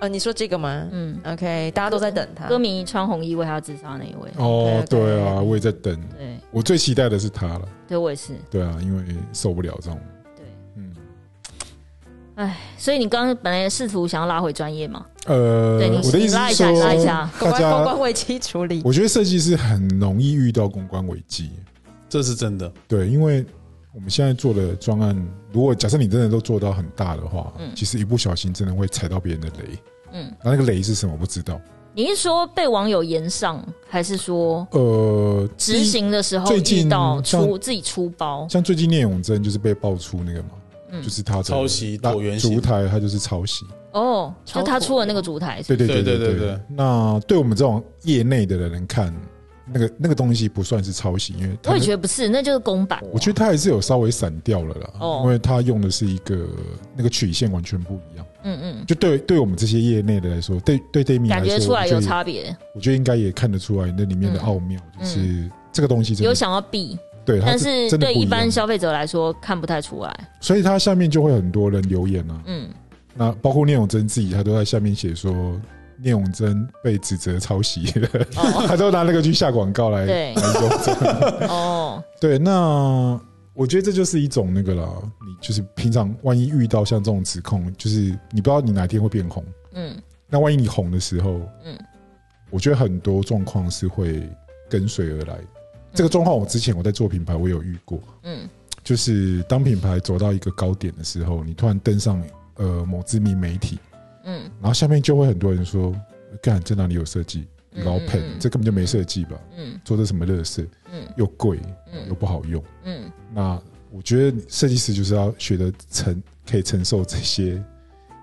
Speaker 4: 啊，你说这个吗？
Speaker 1: 嗯，
Speaker 4: OK，大家都在等他。
Speaker 1: 歌迷穿红衣为他自杀那一位，
Speaker 3: 哦，
Speaker 4: 对对
Speaker 3: 对啊，我也在等，
Speaker 1: 对
Speaker 3: 我最期待的是他了，
Speaker 1: 对，我也是，
Speaker 3: 对啊，因为受不了这种，
Speaker 1: 对，
Speaker 3: 嗯，
Speaker 1: 所以你刚刚本来试图想要拉回专业嘛，
Speaker 3: 呃
Speaker 1: 对，你
Speaker 3: 我的意思
Speaker 1: 拉一
Speaker 3: 是
Speaker 1: 下
Speaker 3: 说
Speaker 1: 拉一下，
Speaker 4: 公
Speaker 3: 大
Speaker 4: 关公关
Speaker 3: 家，
Speaker 4: 危机处理，
Speaker 3: 我觉得设计师很容易遇到公关危机。
Speaker 2: 这是真的。
Speaker 3: 对，因为我们现在做的专案，如果假设你真的都做到很大的话，
Speaker 1: 嗯
Speaker 3: 其实一不小心真的会踩到别人的雷。
Speaker 1: 嗯，
Speaker 3: 那那个雷是什么？不知道。
Speaker 1: 你是说被网友言上，还是说
Speaker 3: 呃，
Speaker 1: 执行的时候
Speaker 3: 最近
Speaker 1: 遇到
Speaker 3: 像
Speaker 1: 出自己出包？
Speaker 3: 像最近聂永真就是被爆出那个嘛，
Speaker 1: 嗯
Speaker 3: 就是他的
Speaker 2: 抄袭
Speaker 3: 那
Speaker 2: 椭圆形
Speaker 3: 烛台，他就是抄袭。
Speaker 1: 哦，就他出了那个烛台，
Speaker 3: 对对
Speaker 2: 对
Speaker 3: 对对
Speaker 2: 对
Speaker 3: 对
Speaker 2: 对
Speaker 3: 对
Speaker 2: 对。
Speaker 3: 那对我们这种业内的人看，那个那个东西不算是抄袭，因为他
Speaker 1: 我也觉得不是，那就是公版。
Speaker 3: 我觉得他还是有稍微散掉了啦，
Speaker 1: 哦
Speaker 3: 因为他用的是一个那个曲线完全不一样。
Speaker 1: 嗯
Speaker 3: 就对对我们这些业内的来说，对对 d a m
Speaker 1: 嗯，
Speaker 3: 来
Speaker 1: 感
Speaker 3: 说，
Speaker 1: 觉出来有
Speaker 3: 我觉得，
Speaker 1: 差别，
Speaker 3: 我觉得应该也看得出来那里面的
Speaker 1: 嗯
Speaker 3: 奥妙，就是这个东西真
Speaker 1: 有
Speaker 3: 的，
Speaker 1: 想要避，
Speaker 3: 对，它
Speaker 1: 但是
Speaker 3: 真的
Speaker 1: 对
Speaker 3: 不
Speaker 1: 一
Speaker 3: 样
Speaker 1: 般，消费者来说看不太出来。
Speaker 3: 所以它下面就会很多人留言啊，
Speaker 1: 嗯，
Speaker 3: 那包括聂永真自己，他都在下面写说聂永真被指责抄袭 了，
Speaker 1: 哦
Speaker 3: 他都拿那个去下广告来
Speaker 1: 对
Speaker 3: 来用这个。
Speaker 1: 哦，
Speaker 3: 对，那我觉得这就是一种那个啦，你就是平常万一遇到像这种指控，就是你不知道你哪天会变红，
Speaker 1: 嗯
Speaker 3: 那万一你红的时候，嗯
Speaker 1: 嗯，
Speaker 3: 我觉得很多状况是会跟随而来。这个状况我之前我在做品牌，我有遇过，
Speaker 1: 嗯
Speaker 3: 就是当品牌走到一个高点的时候，你突然登上呃某知名媒体，
Speaker 1: 嗯
Speaker 3: 然后下面就会很多人说：“干，这哪里有设计？
Speaker 1: 嗯
Speaker 3: 老盆
Speaker 1: 嗯，嗯
Speaker 3: 这根本就没设计吧？
Speaker 1: 嗯
Speaker 3: 做的什么乐事？
Speaker 1: 嗯
Speaker 3: 又贵
Speaker 1: 嗯
Speaker 3: 又不好用。
Speaker 1: 嗯，”
Speaker 3: 那我觉得设计师就是要学得承，可以承受这些，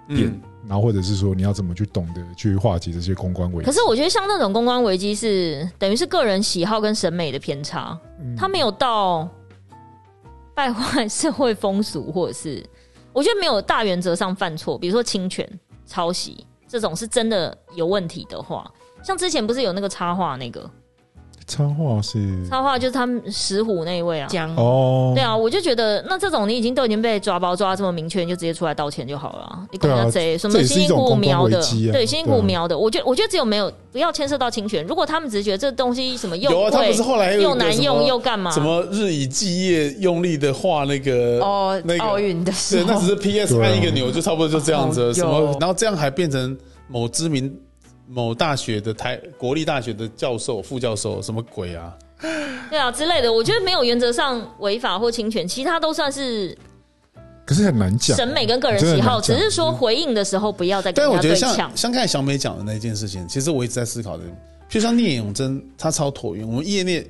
Speaker 3: 嗯
Speaker 2: 嗯，
Speaker 3: 然后或者是说你要怎么去懂得去化解这些公关危机
Speaker 1: 可。是我觉得像那种公关危机是等于是个人喜好跟审美的偏差，
Speaker 3: 嗯
Speaker 1: 他没有到败坏社会风俗，或者是我觉得没有大原则上犯错，比如说侵权、抄袭这种是真的有问题的话，像之前不是有那个插画那个
Speaker 3: 插画是
Speaker 1: 插画就是他们石虎那一位啊，
Speaker 4: 讲
Speaker 3: 哦，
Speaker 1: 对啊，我就觉得那这种你已经都已经被抓包抓得这么明确，你就直接出来道歉就好了啊。你管他
Speaker 3: 对
Speaker 1: 谁什
Speaker 3: 这
Speaker 1: 么
Speaker 3: 也是
Speaker 1: 辛辛苦苦描的
Speaker 3: 一种公关危机，啊
Speaker 1: 对，辛辛苦
Speaker 3: 对
Speaker 1: 苦
Speaker 3: 啊
Speaker 1: 描的，我觉得我觉得只有没有不要牵涉到侵权。如果他们只是觉得这东西什么又
Speaker 2: 有啊，他
Speaker 1: 贵
Speaker 2: 不是后来有一个
Speaker 1: 又难
Speaker 2: 什么
Speaker 1: 用又干嘛，
Speaker 2: 什么日以继夜用力的画那个
Speaker 4: 哦
Speaker 2: 那，个
Speaker 4: 奥运的时
Speaker 2: 对，那
Speaker 4: 候
Speaker 2: 只是 PS
Speaker 3: 对啊
Speaker 2: 按一个钮就差不多就这样子了，
Speaker 4: 哦
Speaker 2: 什么
Speaker 4: 有，
Speaker 2: 然后这样还变成某知名某大学的台国立大学的教授、副教授，什么鬼啊？
Speaker 1: 对啊之类的，我觉得没有原则上违法或侵权，其他都算是
Speaker 3: 可是啊很难讲
Speaker 1: 审。美跟个人喜好，只是说回应的时候不要再跟
Speaker 2: 但
Speaker 1: 人
Speaker 2: 我
Speaker 1: 家
Speaker 2: 觉
Speaker 1: 对
Speaker 2: 得
Speaker 1: 呛
Speaker 2: 像。像刚才小美讲的那件事情，其实我一直在思考的，就像聂永真他抄椭圆，我们业内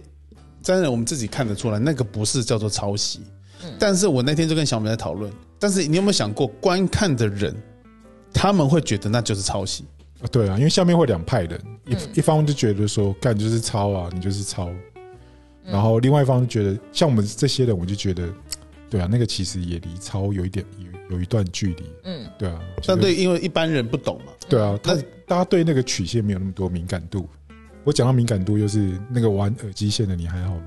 Speaker 2: 当然我们自己看得出来，那个不是叫做抄袭。
Speaker 1: 嗯
Speaker 2: 但是我那天就跟小美在讨论，但是你有没有想过，观看的人他们会觉得那就是抄袭？
Speaker 3: 对啊，因为下面会两派人，一、
Speaker 1: 嗯
Speaker 3: 一方就觉得说干你就是抄啊，你就是抄，
Speaker 1: 嗯
Speaker 3: 然后另外一方就觉得像我们这些人，我就觉得，对啊，那个其实也离抄有一点有有一段距离，
Speaker 1: 嗯，
Speaker 3: 对啊，就是
Speaker 2: 但对，因为一般人不懂嘛。
Speaker 3: 对啊，他
Speaker 2: 那
Speaker 3: 大家对那个曲线没有那么多敏感度。我讲到敏感度，就是那个玩耳机线的你还好吗？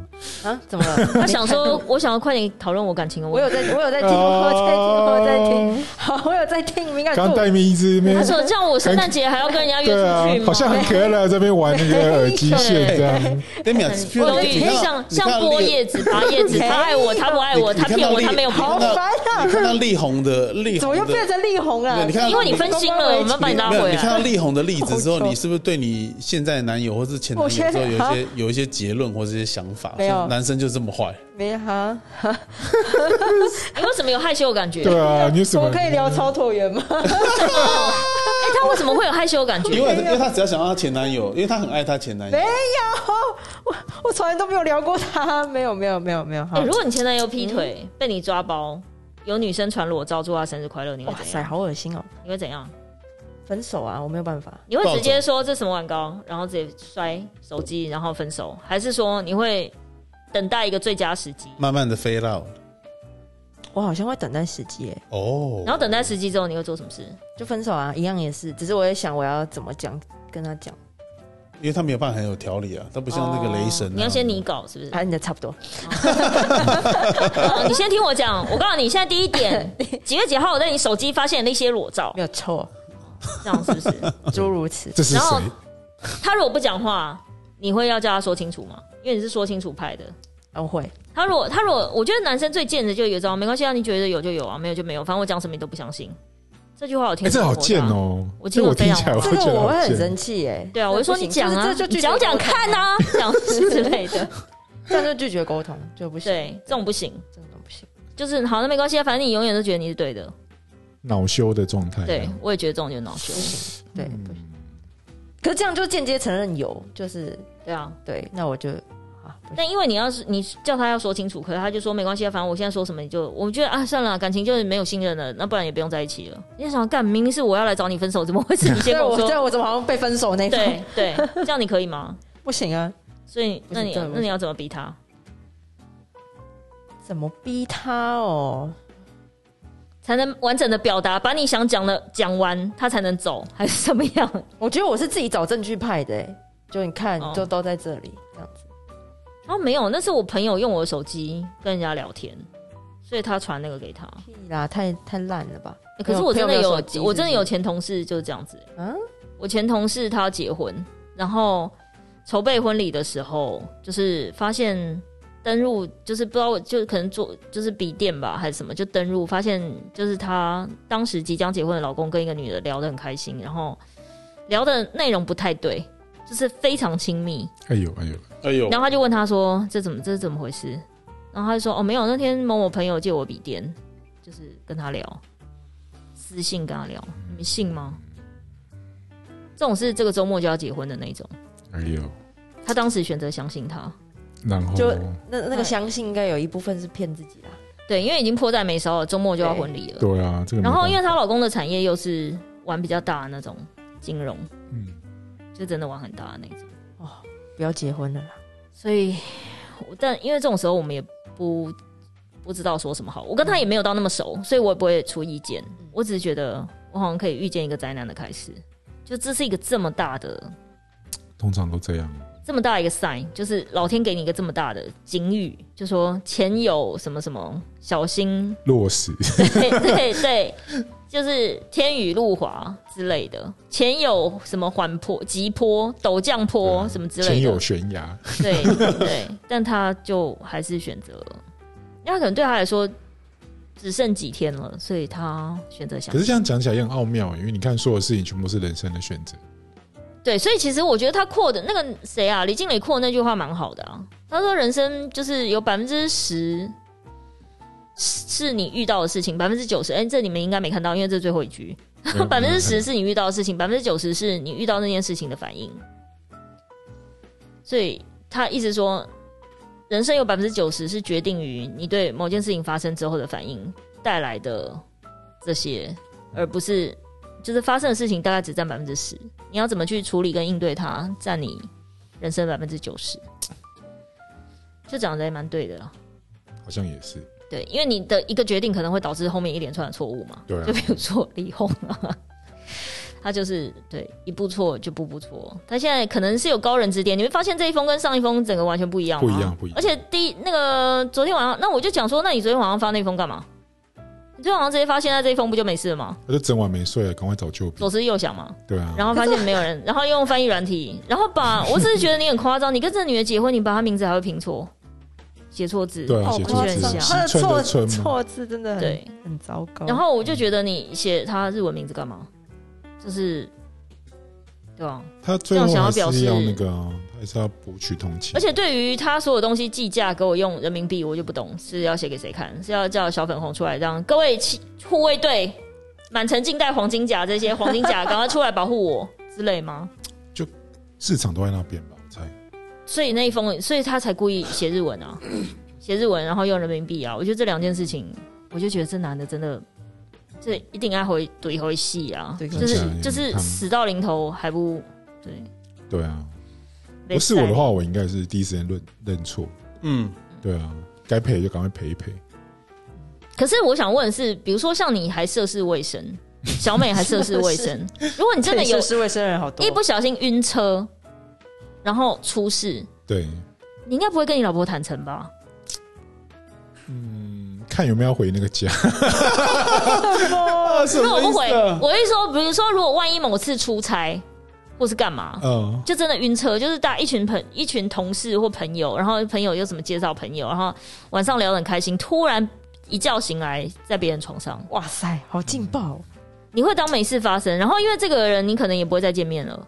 Speaker 4: 啊，怎么了？
Speaker 1: 他想说，我想要快点讨论我感情的
Speaker 4: 我
Speaker 1: 问
Speaker 4: 有
Speaker 1: 题。
Speaker 4: 在，我有在听，我有在听，我有在
Speaker 2: 哦
Speaker 4: 听，好，我有在听敏感
Speaker 3: 刚刚
Speaker 4: 度。
Speaker 3: 戴咪一直没
Speaker 1: 他说：“这样我圣诞节还要跟人家约
Speaker 3: 对啊
Speaker 1: 出去，吗？”
Speaker 3: 好像很可爱了，在那边玩那个耳机线这样。
Speaker 1: 嗯
Speaker 2: 对没有，
Speaker 1: 我有一天像像剥叶子、 拔叶子，
Speaker 4: 没有
Speaker 1: 他爱我，他不爱我，
Speaker 2: 你
Speaker 1: 他
Speaker 2: 看
Speaker 1: 骗
Speaker 2: 到
Speaker 1: 我，
Speaker 2: 力
Speaker 1: 他没有骗
Speaker 4: 好
Speaker 1: 我。
Speaker 2: 那
Speaker 4: 烦啊！
Speaker 2: 你看到力宏的力
Speaker 4: 怎
Speaker 2: 宏
Speaker 4: 么又
Speaker 2: 的
Speaker 4: 变成力宏啊
Speaker 2: 对
Speaker 4: 了？
Speaker 2: 你看
Speaker 1: 因为你分心了，我们把你拉
Speaker 2: 没有，
Speaker 1: 回
Speaker 2: 你看到
Speaker 1: 来。
Speaker 2: 力宏的例子之后，
Speaker 4: 好丑
Speaker 2: 你是不是对你现在的男友或是前男友之后有一些有一些结论或者一些想法？
Speaker 4: 没有
Speaker 2: 说男生就这么坏，
Speaker 4: 没哈，
Speaker 1: 你为什么有害羞的感觉？
Speaker 3: 对啊，你有什
Speaker 4: 我
Speaker 3: 么？
Speaker 4: 们可以聊超椭圆吗？
Speaker 1: 哎，他为什么会有害羞的感
Speaker 2: 因
Speaker 1: 觉？
Speaker 2: 为因为她只要想到她前男友，因为她很爱她前男友
Speaker 4: 没，有，哎我我从来都没有聊过他，没有没有没有没有。好嗯
Speaker 1: 哎，如果你前男友劈腿被你抓包，有女生传裸照祝他生日快乐，你会
Speaker 4: 哇
Speaker 1: 怎
Speaker 4: 塞，
Speaker 1: 样？
Speaker 4: 好恶心哦！
Speaker 1: 你会怎样？
Speaker 4: 分手啊，我没有办法。
Speaker 1: 你会直接说这什么玩高，然后直接摔手机，然后分手，还是说你会等待一个最佳时机？
Speaker 2: 慢慢的飞到
Speaker 4: 我好像会等待时机耶，
Speaker 2: 哦
Speaker 1: 然后等待时机之后，你会做什么事？
Speaker 4: 就分手啊，一样也是。只是我也想我要怎么讲跟他讲，
Speaker 2: 因为他没有办法很有条理啊，他不像那个雷神啊，
Speaker 1: 你要先你搞是不是？
Speaker 4: 啊，你的差不多。
Speaker 1: 好你先听我讲，我告诉你，现在第一 点，几月几号我在你手机发现了一些裸照，
Speaker 4: 没有错，
Speaker 1: 这样是不是？
Speaker 4: 诸如此。
Speaker 3: 这是
Speaker 1: 然后
Speaker 3: 谁？
Speaker 1: 他如果不讲话，你会要叫他说清楚吗？因为你是说清楚派的。
Speaker 4: 我会，
Speaker 1: 他如果他如果，我觉得男生最贱的就有一招，没关系啊，你觉得有就有啊，没有就没有，反正我讲什么你都不相信。这句话我听
Speaker 3: 哎，
Speaker 1: 过
Speaker 3: 这好贱
Speaker 1: 的啊！
Speaker 3: 哦！
Speaker 1: 我
Speaker 3: 这
Speaker 1: 听过
Speaker 3: 我
Speaker 1: 非
Speaker 3: 听
Speaker 1: 常
Speaker 3: 起来我
Speaker 4: 这
Speaker 3: 觉
Speaker 4: 个
Speaker 3: 得
Speaker 4: 我会
Speaker 3: 好
Speaker 4: 很
Speaker 3: 贱
Speaker 4: 生。气耶，
Speaker 1: 对啊，我就说
Speaker 4: 这
Speaker 1: 你
Speaker 4: 不行
Speaker 1: 讲啊，
Speaker 4: 这就拒
Speaker 1: 你
Speaker 4: 绝
Speaker 1: 讲讲
Speaker 4: 沟通
Speaker 1: 看啊，讲之类的。
Speaker 4: 这样就拒绝沟通就不行，
Speaker 1: 对，这种不行，
Speaker 4: 这种不行。
Speaker 1: 就是好，那没关系啊，反正你永远都觉得你是对的。
Speaker 3: 恼羞的状态。啊
Speaker 1: 对，我也觉得这种就恼羞。
Speaker 4: 对，不行。可是这样就间接承认有，就是
Speaker 1: 对啊，
Speaker 4: 对，那我就啊，不行
Speaker 1: 但因为你要是你叫他要说清楚，可是他就说没关系啊，反正我现在说什么你就，我觉得啊，算了，感情就是没有信任了，那不然也不用在一起了。你就想干，明明是我要来找你分手，怎么会是你先
Speaker 4: 对
Speaker 1: 跟我
Speaker 4: 我
Speaker 1: 说
Speaker 4: 对？我怎么好像被分手那一方？
Speaker 1: 对对，这样你可以吗？
Speaker 4: 不行啊，
Speaker 1: 所以
Speaker 4: 不是
Speaker 1: 那你
Speaker 4: 这样不
Speaker 1: 那
Speaker 4: 行
Speaker 1: 你要怎么逼他？
Speaker 4: 怎么逼他哦？
Speaker 1: 才能完整的表达，把你想讲的讲完，他才能走，还是怎么样？
Speaker 4: 我觉得我是自己找证据派的耶，就你看
Speaker 1: 哦，
Speaker 4: 就都在这里这样子。
Speaker 1: 哦，没有，那是我朋友用我的手机跟人家聊天，所以他传那个给他。
Speaker 4: 屁啦，太太烂了吧？
Speaker 1: 欸可是我真的
Speaker 4: 朋友没
Speaker 1: 有
Speaker 4: 手，机
Speaker 1: 我真的有
Speaker 4: 是
Speaker 1: 前同事就是这样子、
Speaker 4: 不是啊，
Speaker 1: 我前同事他要结婚，然后筹备婚礼的时候，就是发现登入，就是不知道，就可能做就是笔电吧还是什么，就登入发现就是她当时即将结婚的老公跟一个女的聊得很开心，然后聊的内容不太对，就是非常亲密，
Speaker 3: 哎呦哎呦，
Speaker 2: 哎呦
Speaker 1: 然，后他就问他说：“这怎么这是怎么回事？”然后他就说：“哦，没有，那天某某朋友借我笔电，就是跟他聊，私信跟他聊，你们信吗？”这种是这个周末就要结婚的那种，
Speaker 3: 哎呦，
Speaker 1: 他当时选择相信他，
Speaker 3: 然后
Speaker 4: 就那那
Speaker 1: 哎
Speaker 4: 个相信应该有一部分是骗自己啦。
Speaker 1: 对，因为已经迫在眉梢了，周末就要婚礼了。
Speaker 3: 对啊，这个没
Speaker 1: 然后因为
Speaker 3: 办法
Speaker 1: 她老公的产业又是玩比较大的那种金融，
Speaker 3: 嗯，
Speaker 1: 就真的玩很大的那种，
Speaker 4: 不要结婚了啦，
Speaker 1: 所以，我但因为这种时候我们也不不知道说什么好，我跟他也没有到那么熟，所以我也不会出意见。我只是觉得我好像可以预见一个灾难的开始，就这是一个这么大的、
Speaker 3: 通常都这样。
Speaker 1: 这么大一个 sign，就是老天给你一个这么大的警语，就说前有什么什么，小心，
Speaker 3: 落实
Speaker 1: 对对对，就是天雨路滑之类的，前有什么缓坡、急坡、陡降坡什么之类的，
Speaker 3: 啊前有悬崖，
Speaker 1: 对对， 但他就还是选择了，因为他可能对他来说只剩几天了，所以他选择想
Speaker 3: 可是这样讲起来也很奥妙，欸因为你看所有事情全部都是人生的选择。
Speaker 1: 对，所以其实我觉得他扩的那个谁啊，李静蕾扩的那句话蛮好的啊，他说人生就是有百分之十。是是你遇到的事情，百分之九十，哎，这你们应该没看到，因为这是最后一句，
Speaker 3: 嗯
Speaker 1: 百分之十是你遇到的事情，百分之九十是你遇到那件事情的反应。所以他一直说，人生有百分之九十是决定于你对某件事情发生之后的反应带来的这些，而不是就是发生的事情大概只占百分之十。你要怎么去处理跟应对它，占你人生百分之九十。就讲的也蛮对的啦，
Speaker 3: 好像也是，
Speaker 1: 对，因为你的一个决定可能会导致后面一连串的错误嘛。
Speaker 3: 对啊
Speaker 1: 就比如说离婚啊， 他就是对一步错就步步错。他现在可能是有高人指点，你会发现这一封跟上一封整个完全不一样嘛，
Speaker 3: 不一样不一样
Speaker 1: 而且第一那个昨天晚上，那我就讲说，那你昨天晚上发那封干嘛？你昨天晚上直接发现在这一封不就没事了吗？
Speaker 3: 我就整晚没睡了，赶快找救兵
Speaker 1: 左。思右想嘛，
Speaker 3: 对啊，
Speaker 1: 然后发现没有人，然后用翻译软体，然后把我只是觉得你很夸张，你跟这女的结婚，你把她名字还会拼错，写错字，
Speaker 3: 对啊，
Speaker 4: 哦
Speaker 3: 写
Speaker 1: 我
Speaker 3: 错
Speaker 1: 觉得
Speaker 3: 字，
Speaker 1: 很像
Speaker 3: 西
Speaker 4: 他的
Speaker 3: 村
Speaker 4: 错
Speaker 3: 的村嘛，
Speaker 4: 错字真的很
Speaker 1: 对
Speaker 4: 很糟糕。
Speaker 1: 然后我就觉得你写她日文名字干嘛？就是，对啊吧、
Speaker 3: 他最后
Speaker 1: 这种想要
Speaker 3: 还
Speaker 1: 表示
Speaker 3: 是要那个啊，还是要博取同情。
Speaker 1: 而且对于他所有东西计价给我用人民币，我就不懂是要写给谁看，是要叫小粉红出来让各位骑护卫队满城尽带黄金甲这些黄金甲赶快出来保护我之类吗？
Speaker 3: 市场都在那边吧，我猜。
Speaker 1: 所以那一封，所以他才故意写日文啊，写日文然后用人民币啊。我觉得这两件事情，我就觉得这男的真的，这一定爱回怼回戏啊，
Speaker 4: 对
Speaker 1: 就是
Speaker 3: 看起来
Speaker 1: 就是
Speaker 3: 很烫
Speaker 1: 死到临头还不对。
Speaker 3: 对啊，不是我的话，我应该是第一时间认认错。
Speaker 2: 嗯，
Speaker 3: 对啊，该赔就赶快赔一赔。
Speaker 1: 可是我想问的是，比如说像你还涉世未深，小美还涉世未 深，如果你真的有
Speaker 4: 是卫生人好多，
Speaker 1: 一不小心晕车，然后出事，
Speaker 3: 对，
Speaker 1: 你应该不会跟你老婆坦诚吧？
Speaker 3: 嗯，看有没有要回那个家。
Speaker 2: 啊，什
Speaker 1: 因为我
Speaker 2: 么
Speaker 1: 不
Speaker 2: 意
Speaker 1: 回
Speaker 2: 思啊，？
Speaker 1: 我是说，比如说，如果万一某次出差或是干
Speaker 2: 啊
Speaker 1: 嘛，
Speaker 3: 嗯，
Speaker 1: 就真的晕车，就是大家一群朋一群同事或朋友，然后朋友又怎么介绍朋友，然后晚上聊得很开心，突然一觉醒来在别人床上，
Speaker 4: 哇塞，好劲爆哦！
Speaker 1: 你会当没事发生。然后因为这个人，你可能也不会再见面了。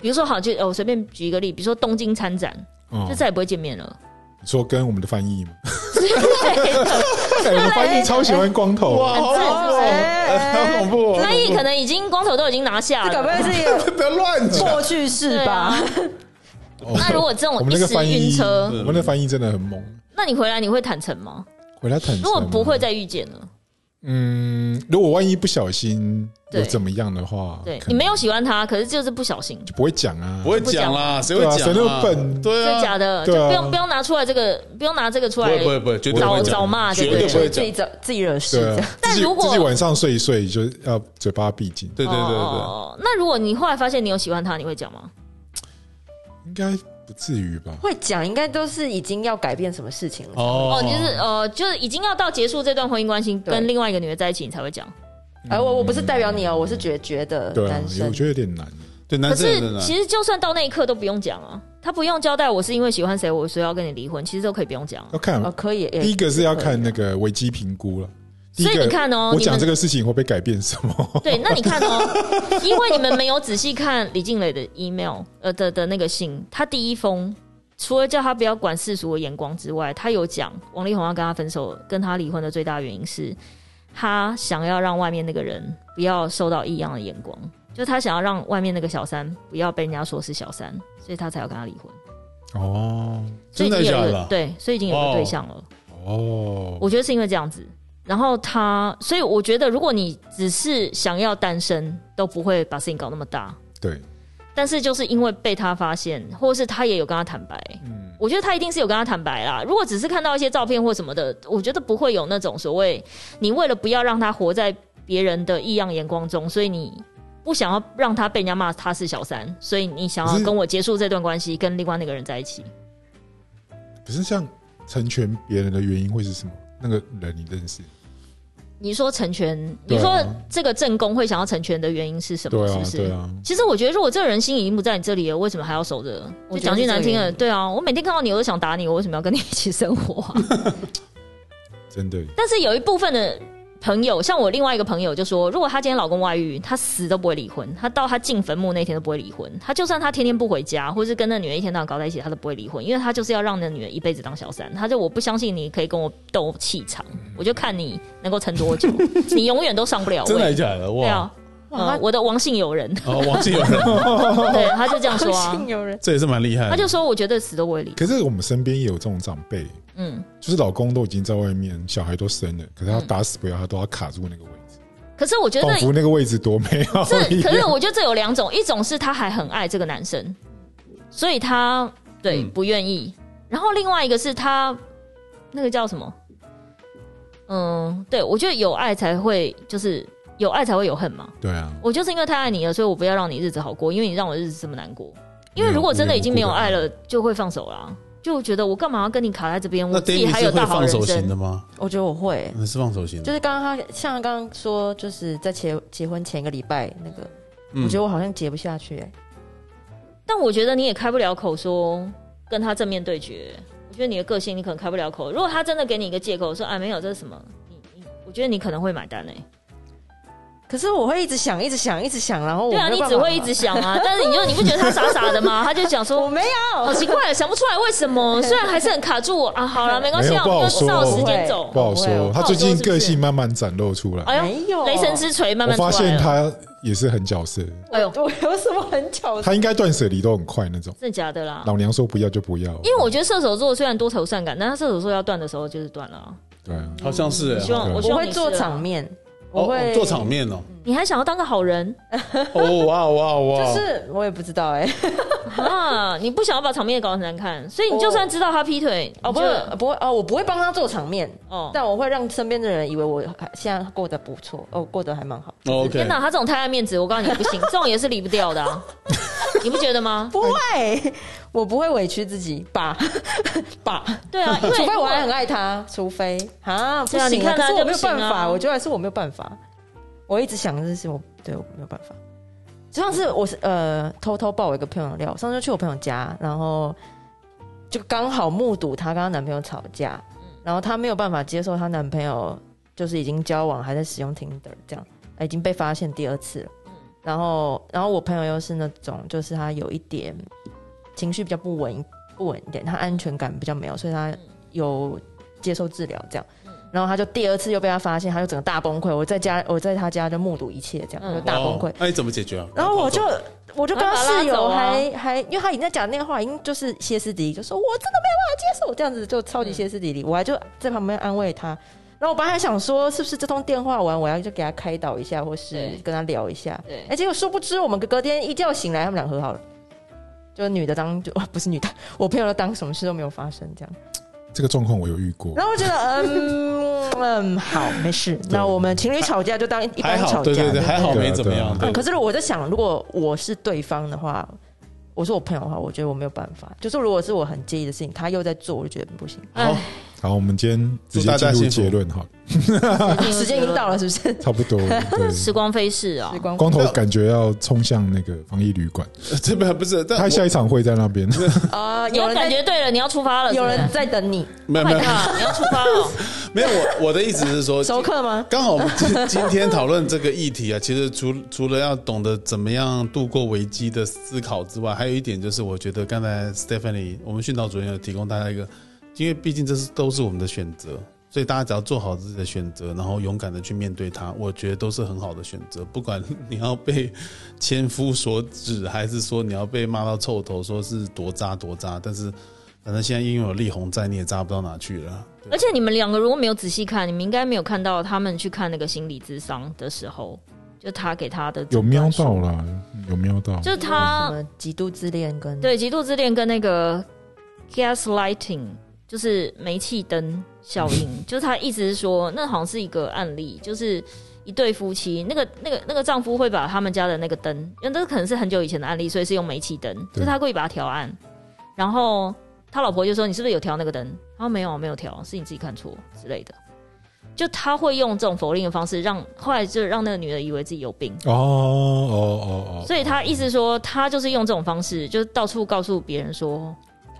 Speaker 1: 比如说，好，就哦我随便举一个例，比如说东京参展，
Speaker 3: 嗯
Speaker 1: 就，再也不会见面了。
Speaker 3: 你说跟我们的翻 译嘛，
Speaker 1: 对
Speaker 3: 哎我们翻译超喜欢光头，
Speaker 2: 哇，好恐怖哦，
Speaker 3: 哎
Speaker 2: 好恐怖哦！
Speaker 1: 翻译可能已经光头都已经拿下
Speaker 4: 这搞不
Speaker 1: 了。
Speaker 4: 好是一个
Speaker 2: 不要乱讲，
Speaker 4: 过去式
Speaker 1: 对
Speaker 4: 吧
Speaker 1: 啊？，那如果这
Speaker 3: 哦 我
Speaker 1: 种
Speaker 3: 们
Speaker 1: 一
Speaker 3: 那个
Speaker 1: 时
Speaker 3: 翻
Speaker 1: 晕
Speaker 3: 译，
Speaker 1: 车，
Speaker 3: 我们的翻译真的很猛。
Speaker 1: 那你回来你会坦诚吗？
Speaker 3: 回来坦诚，啊
Speaker 1: 如果不会，再遇见了，
Speaker 3: 嗯，如果万一不小心有
Speaker 1: 对
Speaker 3: 怎么样的话，
Speaker 1: 对
Speaker 3: 可能
Speaker 1: 你没有喜欢他，可是就是不小心，
Speaker 3: 就不会讲啊，
Speaker 2: 不会讲啦，谁会
Speaker 3: 对啊
Speaker 2: 讲啊？
Speaker 3: 谁那么笨
Speaker 2: 对
Speaker 1: 真的
Speaker 2: 啊，
Speaker 1: 假的？就
Speaker 3: 对啊
Speaker 1: 不用不用拿出来这个，不用拿这个出
Speaker 2: 不
Speaker 1: 来。
Speaker 2: 会不会不会，绝对不会
Speaker 1: 找
Speaker 2: 讲
Speaker 1: 找骂
Speaker 2: 绝
Speaker 1: 对
Speaker 2: 对
Speaker 1: 不对
Speaker 2: 不会
Speaker 4: 自
Speaker 2: 讲
Speaker 4: 己。找自己惹事
Speaker 3: 对
Speaker 4: 这样。
Speaker 3: 啊。
Speaker 1: 但
Speaker 3: 自己
Speaker 1: 如果
Speaker 3: 自己晚上睡一睡，就要嘴巴闭紧，
Speaker 2: 对对对对，
Speaker 1: 哦那如果你后来发现你有喜欢他，你会讲吗？
Speaker 3: 应该不至于吧？
Speaker 4: 会讲应该都是已经要改变什么事情了，
Speaker 1: 哦，
Speaker 2: 哦
Speaker 1: 你就是呃，就是已经要到结束这段婚姻关系，
Speaker 4: 对
Speaker 1: 跟另外一个女的在一起，你才会讲。
Speaker 4: 而哎我我不是代表你哦，我是觉觉得
Speaker 3: 对啊
Speaker 4: 男，
Speaker 3: 我
Speaker 4: 生
Speaker 3: 觉得有点难。
Speaker 2: 对
Speaker 3: 啊
Speaker 1: 可
Speaker 2: 男生
Speaker 1: 是
Speaker 2: 也真的
Speaker 1: 其实就算到那一刻都不用讲啊，他不用交代我是因为喜欢谁，我所以要跟你离婚，其实都可以不用讲啊。
Speaker 3: 要看
Speaker 4: 哦可以，
Speaker 3: 第一
Speaker 4: 也
Speaker 3: 个是要看那个危机评估了。第一
Speaker 1: 所以
Speaker 3: 个
Speaker 1: 你看哦，
Speaker 3: 我
Speaker 1: 你
Speaker 3: 讲
Speaker 1: 们
Speaker 3: 这个事情会不会改变什么？
Speaker 1: 对，那你看哦，因为你们没有仔细看李静蕾的 email，呃的的那个信，他第一封除了叫他不要管世俗的眼光之外，他有讲王力宏要跟他分手、跟他离婚的最大原因是，他想要让外面那个人不要受到异样的眼光，就他想要让外面那个小三不要被人家说是小三，所以他才要跟他离婚。
Speaker 3: 哦
Speaker 1: 所以
Speaker 2: 真
Speaker 1: 已经
Speaker 2: 的
Speaker 1: 有一
Speaker 2: 假
Speaker 1: 个
Speaker 2: 的
Speaker 1: 对，所以已经有一
Speaker 2: 哇
Speaker 1: 个
Speaker 2: 哦
Speaker 1: 对象了。
Speaker 3: 哦，
Speaker 1: 我觉得是因为这样子。然后他，所以我觉得，如果你只是想要单身，都不会把事情搞那么大。
Speaker 3: 对，
Speaker 1: 但是就是因为被他发现，或是他也有跟他坦白，
Speaker 3: 嗯，
Speaker 1: 我觉得他一定是有跟他坦白啦。如果只是看到一些照片或什么的，我觉得不会有那种所谓你为了不要让他活在别人的异样眼光中，所以你不想要让他被人家骂他是小三，所以你想
Speaker 3: 可
Speaker 1: 要
Speaker 3: 是
Speaker 1: 跟我结束这段关系，跟另外那个人在一起。
Speaker 3: 可是像成全别人的原因会是什么？那个人你认识？
Speaker 1: 你说成全，
Speaker 3: 对
Speaker 1: 你
Speaker 3: 啊
Speaker 1: 说这个正宫会想要成全的原因是什么？
Speaker 3: 对
Speaker 1: 是
Speaker 3: 啊
Speaker 1: 不，是？
Speaker 3: 对啊，
Speaker 1: 其实我觉得，如果这个人心已经不在你这里了，为什么还要守着？
Speaker 4: 我
Speaker 1: 就
Speaker 4: 觉
Speaker 1: 讲
Speaker 4: 得
Speaker 1: 句难听
Speaker 4: 是这个原
Speaker 1: 的，
Speaker 4: 因
Speaker 1: 对啊，我每天看到你，我都想打你，我为什么要跟你一起生活啊？
Speaker 3: 真的
Speaker 1: 但是有一部分的朋友，像我另外一个朋友就说，如果她今天老公外遇，她死都不会离婚，她到她进坟墓那天都不会离婚，她就算她天天不回家，或是跟那女人一天到晚搞在一起，她都不会离婚，因为她就是要让那女人一辈子当小三，她就我不相信你可以跟我斗气场，我就看你能够撑 多久，你永远都上不了
Speaker 2: 真的还
Speaker 1: 位
Speaker 2: 是，假的
Speaker 1: 对
Speaker 2: 哇
Speaker 1: 啊。
Speaker 4: 哇
Speaker 1: 嗯，我的王姓友 人，
Speaker 2: 哦，王信有人，
Speaker 1: 对，他就这样
Speaker 4: 不
Speaker 1: 说啊
Speaker 4: 信，有人
Speaker 2: 这也是蛮厉害的。
Speaker 1: 他就说我绝对死都不会离，
Speaker 3: 可是我们身边也有这种长辈，
Speaker 1: 嗯，
Speaker 3: 就是老公都已经在外面，小孩都生了，可是他打死不要，他都要卡住那个位置，
Speaker 1: 可是我觉得
Speaker 3: 仿佛那个位置多美哦好
Speaker 1: 这
Speaker 3: 一
Speaker 1: 可是
Speaker 3: 样。
Speaker 1: 我觉得这有两种，一种是他还很爱这个男生，所以他对、
Speaker 2: 嗯
Speaker 1: 不愿意；然后另外一个是他那个叫什么？嗯，对我觉得有爱才会就是有爱才会有恨嘛。
Speaker 3: 对啊，
Speaker 1: 我就是因为太爱你了，所以我不要让你日子好过，因为你让我日子这么难过。因为如果真的已经没有爱了，就会放手啦。就觉得我干嘛要跟你卡在这边？
Speaker 2: 那
Speaker 1: 我自
Speaker 2: d
Speaker 1: 己
Speaker 2: a
Speaker 1: 还
Speaker 2: n
Speaker 1: 有
Speaker 2: 是
Speaker 1: 大
Speaker 2: 会
Speaker 1: 好
Speaker 2: 放
Speaker 1: 人
Speaker 2: 手型
Speaker 1: 生
Speaker 2: 的。吗？
Speaker 4: 我觉得我会，
Speaker 2: 你是放手型的，
Speaker 4: 就是刚刚他像刚刚说，就是在结结婚前一个礼拜那个，
Speaker 2: 嗯
Speaker 4: 我觉得我好像结不下去哎、
Speaker 1: 但我觉得你也开不了口说跟他正面对决。我觉得你的个性你可能开不了口。如果他真的给你一个借口说啊没有这是什么，你你我觉得你可能会买单哎、
Speaker 4: 可是我会一直想，一直想，一直想，哦然后我
Speaker 1: 对啊，
Speaker 4: 没有
Speaker 1: 你
Speaker 4: 办法
Speaker 1: 只会一直想啊， 但是你就你不觉得他傻傻的吗？他就讲
Speaker 4: 我
Speaker 1: 说。
Speaker 4: 没有，
Speaker 1: 好奇怪，想不出来为什么，虽然还是很卡住我啊。好了，没关系
Speaker 3: 没
Speaker 1: 啊，
Speaker 3: 有
Speaker 1: 我们
Speaker 3: 不
Speaker 1: 就
Speaker 3: 好
Speaker 1: 照
Speaker 3: 说
Speaker 1: 时间
Speaker 4: 我
Speaker 1: 走
Speaker 3: 不。好说，他最近个性慢慢展露出来，
Speaker 1: 哎呦，
Speaker 4: 没有啊
Speaker 1: 雷神之锤慢慢
Speaker 3: 我
Speaker 1: 出来了。
Speaker 3: 发现他也是很角色，
Speaker 1: 哎呦
Speaker 4: 我我有什么很巧的？
Speaker 3: 他应该断舍离都很快那种。
Speaker 1: 真的假的啦？
Speaker 3: 老娘说不要就不要，
Speaker 1: 因为我觉得射手座虽然多愁善感，但他射手座要断的时候就是断了啊。
Speaker 3: 对啊，
Speaker 2: 好像是
Speaker 1: 希
Speaker 2: 欸，
Speaker 1: 望
Speaker 3: 对
Speaker 1: 我希
Speaker 4: 我
Speaker 1: 望
Speaker 4: 会
Speaker 1: 你是
Speaker 4: 做
Speaker 1: 啊
Speaker 4: 场，面，
Speaker 2: 哦
Speaker 4: 我会、
Speaker 2: 哦做场，面哦，
Speaker 1: 你还想要当个好人
Speaker 2: 哦哇哇
Speaker 4: 就
Speaker 2: 哇，
Speaker 3: 哦
Speaker 4: 是我也不知道哎、
Speaker 1: 啊？你不想要把场面搞得很难看，所以你就
Speaker 4: 我
Speaker 1: 算知道他劈腿，
Speaker 4: 哦，不
Speaker 1: 你就
Speaker 4: 会，不会，哦，我不会帮他做场面，
Speaker 1: 哦，
Speaker 4: 但我会让身边的人以为我还现在过得不错，哦，过得还蛮好。
Speaker 2: 哦 OK，
Speaker 1: 天哪，他这种太爱面子，我告诉你不行，这种也是离不掉的、 啊，你不觉得吗？
Speaker 4: 不会，我不会委屈自己 吧吧，
Speaker 1: 对啊，因为
Speaker 4: 除非我还很爱他，除非啊，不
Speaker 1: 对啊你
Speaker 4: 行
Speaker 1: 看
Speaker 4: 可
Speaker 1: 他
Speaker 4: 是我
Speaker 1: 就
Speaker 4: 没
Speaker 1: 不
Speaker 4: 有
Speaker 1: 行
Speaker 4: 办法，
Speaker 1: 啊
Speaker 4: 我觉得还是我没有办法。我一直想这是我对我没有办法。上次我是呃偷偷爆我一个朋友的料，上次去我朋友家，然后就刚好目睹她跟她男朋友吵架，然后她没有办法接受她男朋友就是已经交往还在使用 Tinder 这样，呃已经被发现第二次了。然后，然后我朋友又是那种，就是他有一点情绪比较不稳不稳一点，他安全感比较没有，所以他有接受治疗这样。然后他就第二次又被他发现，他就整个大崩溃。我在家，我在他家就目睹一切，这样、
Speaker 1: 嗯
Speaker 4: 就大崩溃
Speaker 2: 哦。那你怎么解决啊？
Speaker 4: 然后我就我就跟他室
Speaker 1: 把他拉走
Speaker 4: 友
Speaker 1: 啊
Speaker 4: 还还，因为他已经在讲那个话，已经就是歇斯底里，就说我真的没有办法接受，这样子就超级歇斯底里。我还就在旁边安慰他。然后我本来还想说，是不是这通电话完，我要就给他开导一下，或是
Speaker 1: 对
Speaker 4: 跟他聊一下。
Speaker 1: 对
Speaker 4: 哎，结果殊不知，我们隔天一觉醒来，他们俩和好了。就女的当就哦不是女的，我朋友当什么事都没有发生这样。
Speaker 3: 这个状况我有遇过，
Speaker 4: 然后我觉得，嗯 嗯，好，没事。那我们情侣吵架就当一般
Speaker 2: 还好，
Speaker 4: 吵架，
Speaker 2: 对对对，
Speaker 4: 对
Speaker 2: 还好
Speaker 3: 对
Speaker 2: 没
Speaker 3: 啊
Speaker 2: 怎么
Speaker 3: 对啊
Speaker 2: 样。
Speaker 4: 嗯，
Speaker 2: 对，
Speaker 4: 可是我在想，如果我是对方的话，我是我朋友的话，我觉得我没有办法。就是如果是我很介意的事情，他又在做，我就觉得不行。
Speaker 1: 哎
Speaker 2: 好，
Speaker 3: 好，我们今天直接进入结论哈，
Speaker 1: 哎
Speaker 4: 时间已经到嗯了，是不是？
Speaker 3: 差不多了。
Speaker 1: 时
Speaker 3: 对，
Speaker 1: 光飞逝啊
Speaker 4: 时，光
Speaker 3: 光头感觉要冲向那个防疫旅馆，
Speaker 2: 这边不是，但
Speaker 3: 他
Speaker 2: 我
Speaker 3: 下一场会在那边。
Speaker 4: 啊，
Speaker 1: 你
Speaker 4: 有
Speaker 1: 要
Speaker 4: 人
Speaker 1: 感
Speaker 4: 在
Speaker 1: 觉对了，你要出发了，
Speaker 4: 有人在等你，
Speaker 2: 没有没有
Speaker 1: 快点，Oh 你要出发了，
Speaker 2: 没有，我我的意思是 说，
Speaker 4: 熟客吗？
Speaker 2: 刚好我们今今天讨论这个议题啊，其实除除了要懂得怎么样度过危机的思考之外，还有一点就是，我觉得刚才 Stephanie 我们训导主任有提供大家一个，因为毕竟这是都是我们的选择，所以大家只要做好自己的选择，然后勇敢的去面对它，我觉得都是很好的选择。不管你要被千夫所指，还是说你要被骂到臭头，说是多渣多渣，但是反正现在因为有力宏在，你也渣不到哪去了。
Speaker 1: 而且你们两个如果没有仔细看，你们应该没有看到他们去看那个心理咨商的时候，就他给他的 诊
Speaker 3: 有
Speaker 1: 断
Speaker 3: 瞄
Speaker 1: 书
Speaker 3: 到，哦啦，有瞄到，
Speaker 1: 就是他
Speaker 4: 什么极度自恋跟
Speaker 1: 对，极度自恋跟那个 gaslighting 就是煤气灯效应，就是他一直说那好像是一个案例，就是一对夫妻，那个那个那个丈夫会把他们家的那个灯，因为这可能是很久以前的案例，所以是用煤气灯，就
Speaker 3: 对
Speaker 1: 是他故意把它调暗，然后他老婆就说你是不是有调那个灯？他说没有，没有调，是你自己看错之类的。就他会用这种否定的方式让后来就让那个女的以为自己有病，
Speaker 3: 哦哦哦哦，
Speaker 1: 所以他意思说，他就是用这种方式，就是到处告诉别人说，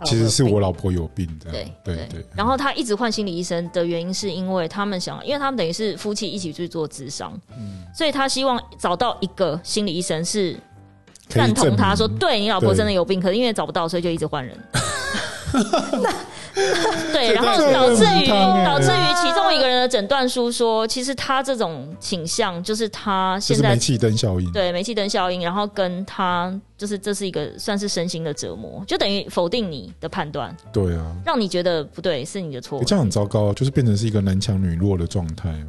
Speaker 3: 其实是我老婆有病这
Speaker 1: 对
Speaker 3: 样，嗯对对。
Speaker 1: 然后他一直换心理医生的原因，是因为他们想，因为他们等于是夫妻一起去做智商，
Speaker 3: 嗯
Speaker 1: 所以他希望找到一个心理医生是
Speaker 3: 可以
Speaker 1: 赞
Speaker 3: 证
Speaker 1: 同
Speaker 3: 明嗯
Speaker 1: 他说，对你老婆
Speaker 3: 对
Speaker 1: 真的有病，可是因为找不到，所以就一直 换人。对，然后
Speaker 3: 这
Speaker 1: 导致于
Speaker 3: 这很棒欸
Speaker 1: 导致于其中一个人的诊断书说，其实他这种倾向就是他
Speaker 3: 就
Speaker 1: 现
Speaker 3: 是
Speaker 1: 在
Speaker 3: 煤气灯效应，
Speaker 1: 对煤气灯效应，然后跟他就是这是一个算是身心的折磨，就等于否定你的判断，
Speaker 3: 对啊，
Speaker 1: 让你觉得不对是你的错
Speaker 3: 欸。这样很糟糕啊，就是变成是一个男强女弱的状态啊。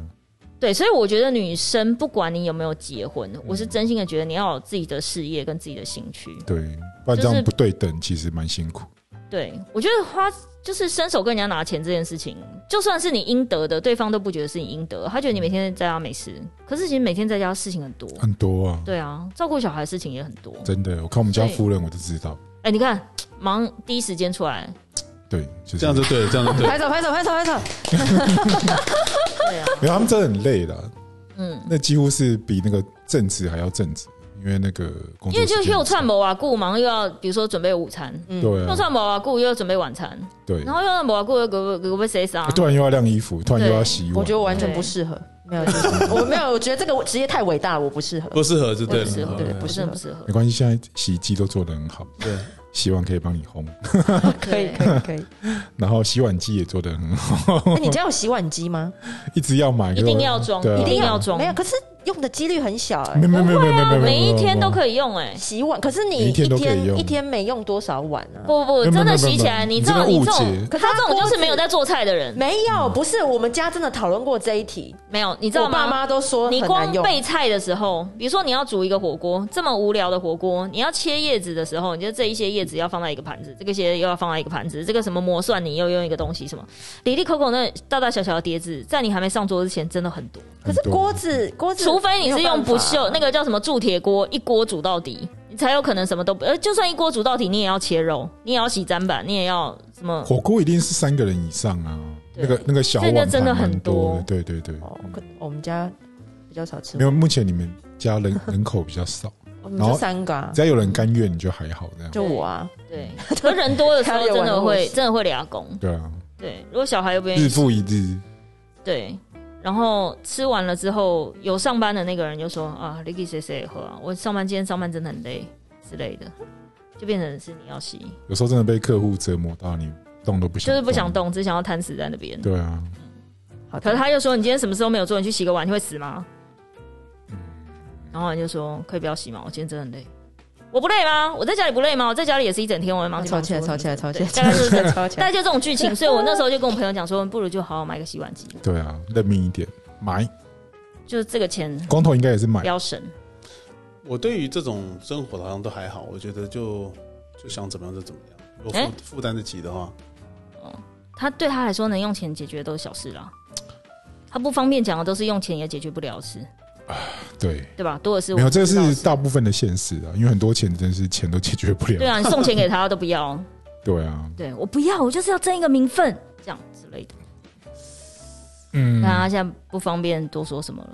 Speaker 1: 对，所以我觉得女生不管你有没有结婚，
Speaker 3: 嗯
Speaker 1: 我是真心的觉得你要有自己的事业跟自己的兴趣。
Speaker 3: 对，不然这
Speaker 1: 就是
Speaker 3: 样不对等，其实蛮辛苦。
Speaker 1: 对我觉得花就是伸手跟人家拿钱这件事情，就算是你应得的，对方都不觉得是你应得，他觉得你每天在家没事，可是其实每天在家事情很多。
Speaker 3: 很多啊，
Speaker 1: 对啊，照顾小孩的事情也很多。
Speaker 3: 真的，我看我们家
Speaker 1: 所以
Speaker 3: 夫人我就知道，
Speaker 1: 哎、你看，忙第一时间出来，
Speaker 3: 对，就是
Speaker 2: 这样就对了，这样就对了
Speaker 4: 拍。手拍手拍手拍手，
Speaker 1: 对啊，
Speaker 3: 没有他们真的很累的，
Speaker 1: 嗯。
Speaker 3: 那几乎是比那个正职还要正职，因为那个工作
Speaker 1: 因为就
Speaker 3: 时间
Speaker 1: 又串谋啊顾忙又要比如说准备午餐，
Speaker 3: 对
Speaker 1: 又
Speaker 3: 啊，
Speaker 1: 串谋啊顾又要准备晚餐，
Speaker 3: 对
Speaker 1: 然，后又串谋啊顾又给给被谁杀
Speaker 3: 啊？突然又要晾衣服，突然又要洗碗，
Speaker 4: 我觉得我完全
Speaker 1: 对
Speaker 4: 不适合。没有，就是我没有，我觉得这个职业太伟大了，我不适合。
Speaker 2: 不适合就对
Speaker 1: 不
Speaker 2: 了，
Speaker 1: 适
Speaker 3: 嗯
Speaker 1: 合，
Speaker 4: 对
Speaker 1: 不
Speaker 4: 不
Speaker 1: 是
Speaker 4: 适
Speaker 1: 很
Speaker 4: 合
Speaker 1: 不适合
Speaker 3: 没。关系，现在洗衣机都做得很好，
Speaker 2: 对，
Speaker 3: 洗碗可以帮你烘，
Speaker 4: 可以
Speaker 1: 对
Speaker 4: 可以可以。
Speaker 3: 然后洗碗机也做得很好，
Speaker 4: 哎，你家有洗碗机吗？
Speaker 3: 一直要买，
Speaker 1: 一定要装
Speaker 3: 对啊
Speaker 1: 一定要装
Speaker 4: 没有，可是用的几率很小哎。
Speaker 3: 没有没有没有没有没有没有，
Speaker 1: 每一天都
Speaker 3: 以。
Speaker 1: 可以用哎，
Speaker 4: 洗碗，可是你
Speaker 3: 每一
Speaker 4: 一
Speaker 3: 天
Speaker 4: 天
Speaker 3: 都可以用
Speaker 4: 一天没用多少碗呢、啊？
Speaker 1: 不不
Speaker 3: 没
Speaker 1: 不，
Speaker 3: 有
Speaker 1: 真
Speaker 3: 没
Speaker 1: 的
Speaker 3: 有没
Speaker 1: 洗
Speaker 3: 有
Speaker 1: 起来，
Speaker 3: 没有
Speaker 1: 你知道
Speaker 3: 你
Speaker 1: 你
Speaker 3: 真
Speaker 1: 这
Speaker 3: 的误
Speaker 1: 种
Speaker 3: 解，
Speaker 4: 可是
Speaker 1: 他
Speaker 4: 他
Speaker 1: 这种就是没有
Speaker 4: 锅子
Speaker 1: 在做菜的人，
Speaker 4: 没有，不是我们家真的讨论过这一题，
Speaker 1: 没有，你知道
Speaker 4: 我爸
Speaker 1: 吗？
Speaker 4: 妈都说
Speaker 1: 你
Speaker 4: 很
Speaker 1: 光
Speaker 4: 难用。
Speaker 1: 备菜的时候，比如说你要煮一个火锅，这么无聊的火锅，你要切叶子的时候，你就这一些叶子要放在一个盘子，这个些又要放在一个盘子，这个什么磨蒜泥又用一个东西什么，里里口口那大大小小的碟子，在你还没上桌之前真的很多，
Speaker 4: 可是
Speaker 3: 很多
Speaker 4: 锅子锅子，
Speaker 1: 除非你是用不锈那
Speaker 4: 个，
Speaker 1: 个叫什么铸铁锅，一锅煮到底，你才有可能什么都不，呃，就算一锅煮到底，你也要切肉，你也要洗砧板，你也要什么，
Speaker 3: 火锅一定是三个人以上啊，
Speaker 1: 对
Speaker 3: 那个那个小
Speaker 1: 这
Speaker 3: 碗
Speaker 1: 个真的
Speaker 3: 盘蛮
Speaker 1: 很
Speaker 3: 多
Speaker 1: 多
Speaker 3: 的，对对对，
Speaker 4: 哦，可我们家比较少吃
Speaker 3: 没，有，目前你们家 人人口比较少，
Speaker 1: 嗯
Speaker 4: 我们
Speaker 3: 然后
Speaker 4: 就三个、啊
Speaker 3: 只，要有人甘愿，你就还好这样。
Speaker 4: 就我啊，
Speaker 1: 对，可是人多的时候真的会真的会俩工，
Speaker 3: 对啊，
Speaker 1: 对，如果小孩又不愿
Speaker 3: 日
Speaker 1: 意，
Speaker 3: 复一日，
Speaker 1: 对，然后吃完了之后，有上班的那个人就说啊，你给谁谁喝啊？我上班今天上班真的很累之类的，就变成是你要吸，
Speaker 3: 有时候真的被客户折磨到你动都不想，
Speaker 1: 就是不想。动，只想要瘫死在那边。
Speaker 3: 对啊，
Speaker 4: 好的，
Speaker 1: 可是他又说你今天什么事都没有做，你去洗个碗你会死吗？
Speaker 4: 嗯
Speaker 1: 然后你就说可以不要洗吗？我今天真的很累。我不累吗？我在家里不累吗？我在家里也是一整天，我会忙
Speaker 4: 啊
Speaker 1: 去
Speaker 4: 吵
Speaker 1: 忙
Speaker 4: 起来，
Speaker 1: 出
Speaker 4: 吵起
Speaker 1: 什
Speaker 4: 来，
Speaker 1: 么的
Speaker 4: 吵起来，
Speaker 1: 对大概就是这样
Speaker 4: 吵起
Speaker 1: 大概
Speaker 4: 来。
Speaker 1: 就这种剧情，所以我那时候就跟我朋友讲 说，不如就好好买个洗碗机，
Speaker 3: 对啊，认命一点，买
Speaker 1: 就是这个钱
Speaker 3: 光头应该也是买
Speaker 1: 不，要省。
Speaker 2: 我对于这种生活好像都还好，我觉得就就想怎么样就怎么样，如果
Speaker 1: 哎
Speaker 2: 负负担得起的话，
Speaker 1: 他对他来说能用钱解决的都是小事啦。他不方便讲的都是用钱也解决不了的事，
Speaker 3: 对，
Speaker 1: 对吧？多的是我
Speaker 3: 没有，这
Speaker 1: 不知道的
Speaker 3: 是
Speaker 1: 事
Speaker 3: 大部分的现实啊，因为很多钱真是钱都解决不
Speaker 1: 对
Speaker 3: 了。
Speaker 1: 啊，你送钱给他他都不要，
Speaker 3: 对啊，
Speaker 1: 对我不要，我就是要争一个名分，这样之类的。
Speaker 3: 嗯
Speaker 1: 但，他现在不方便多说什么了，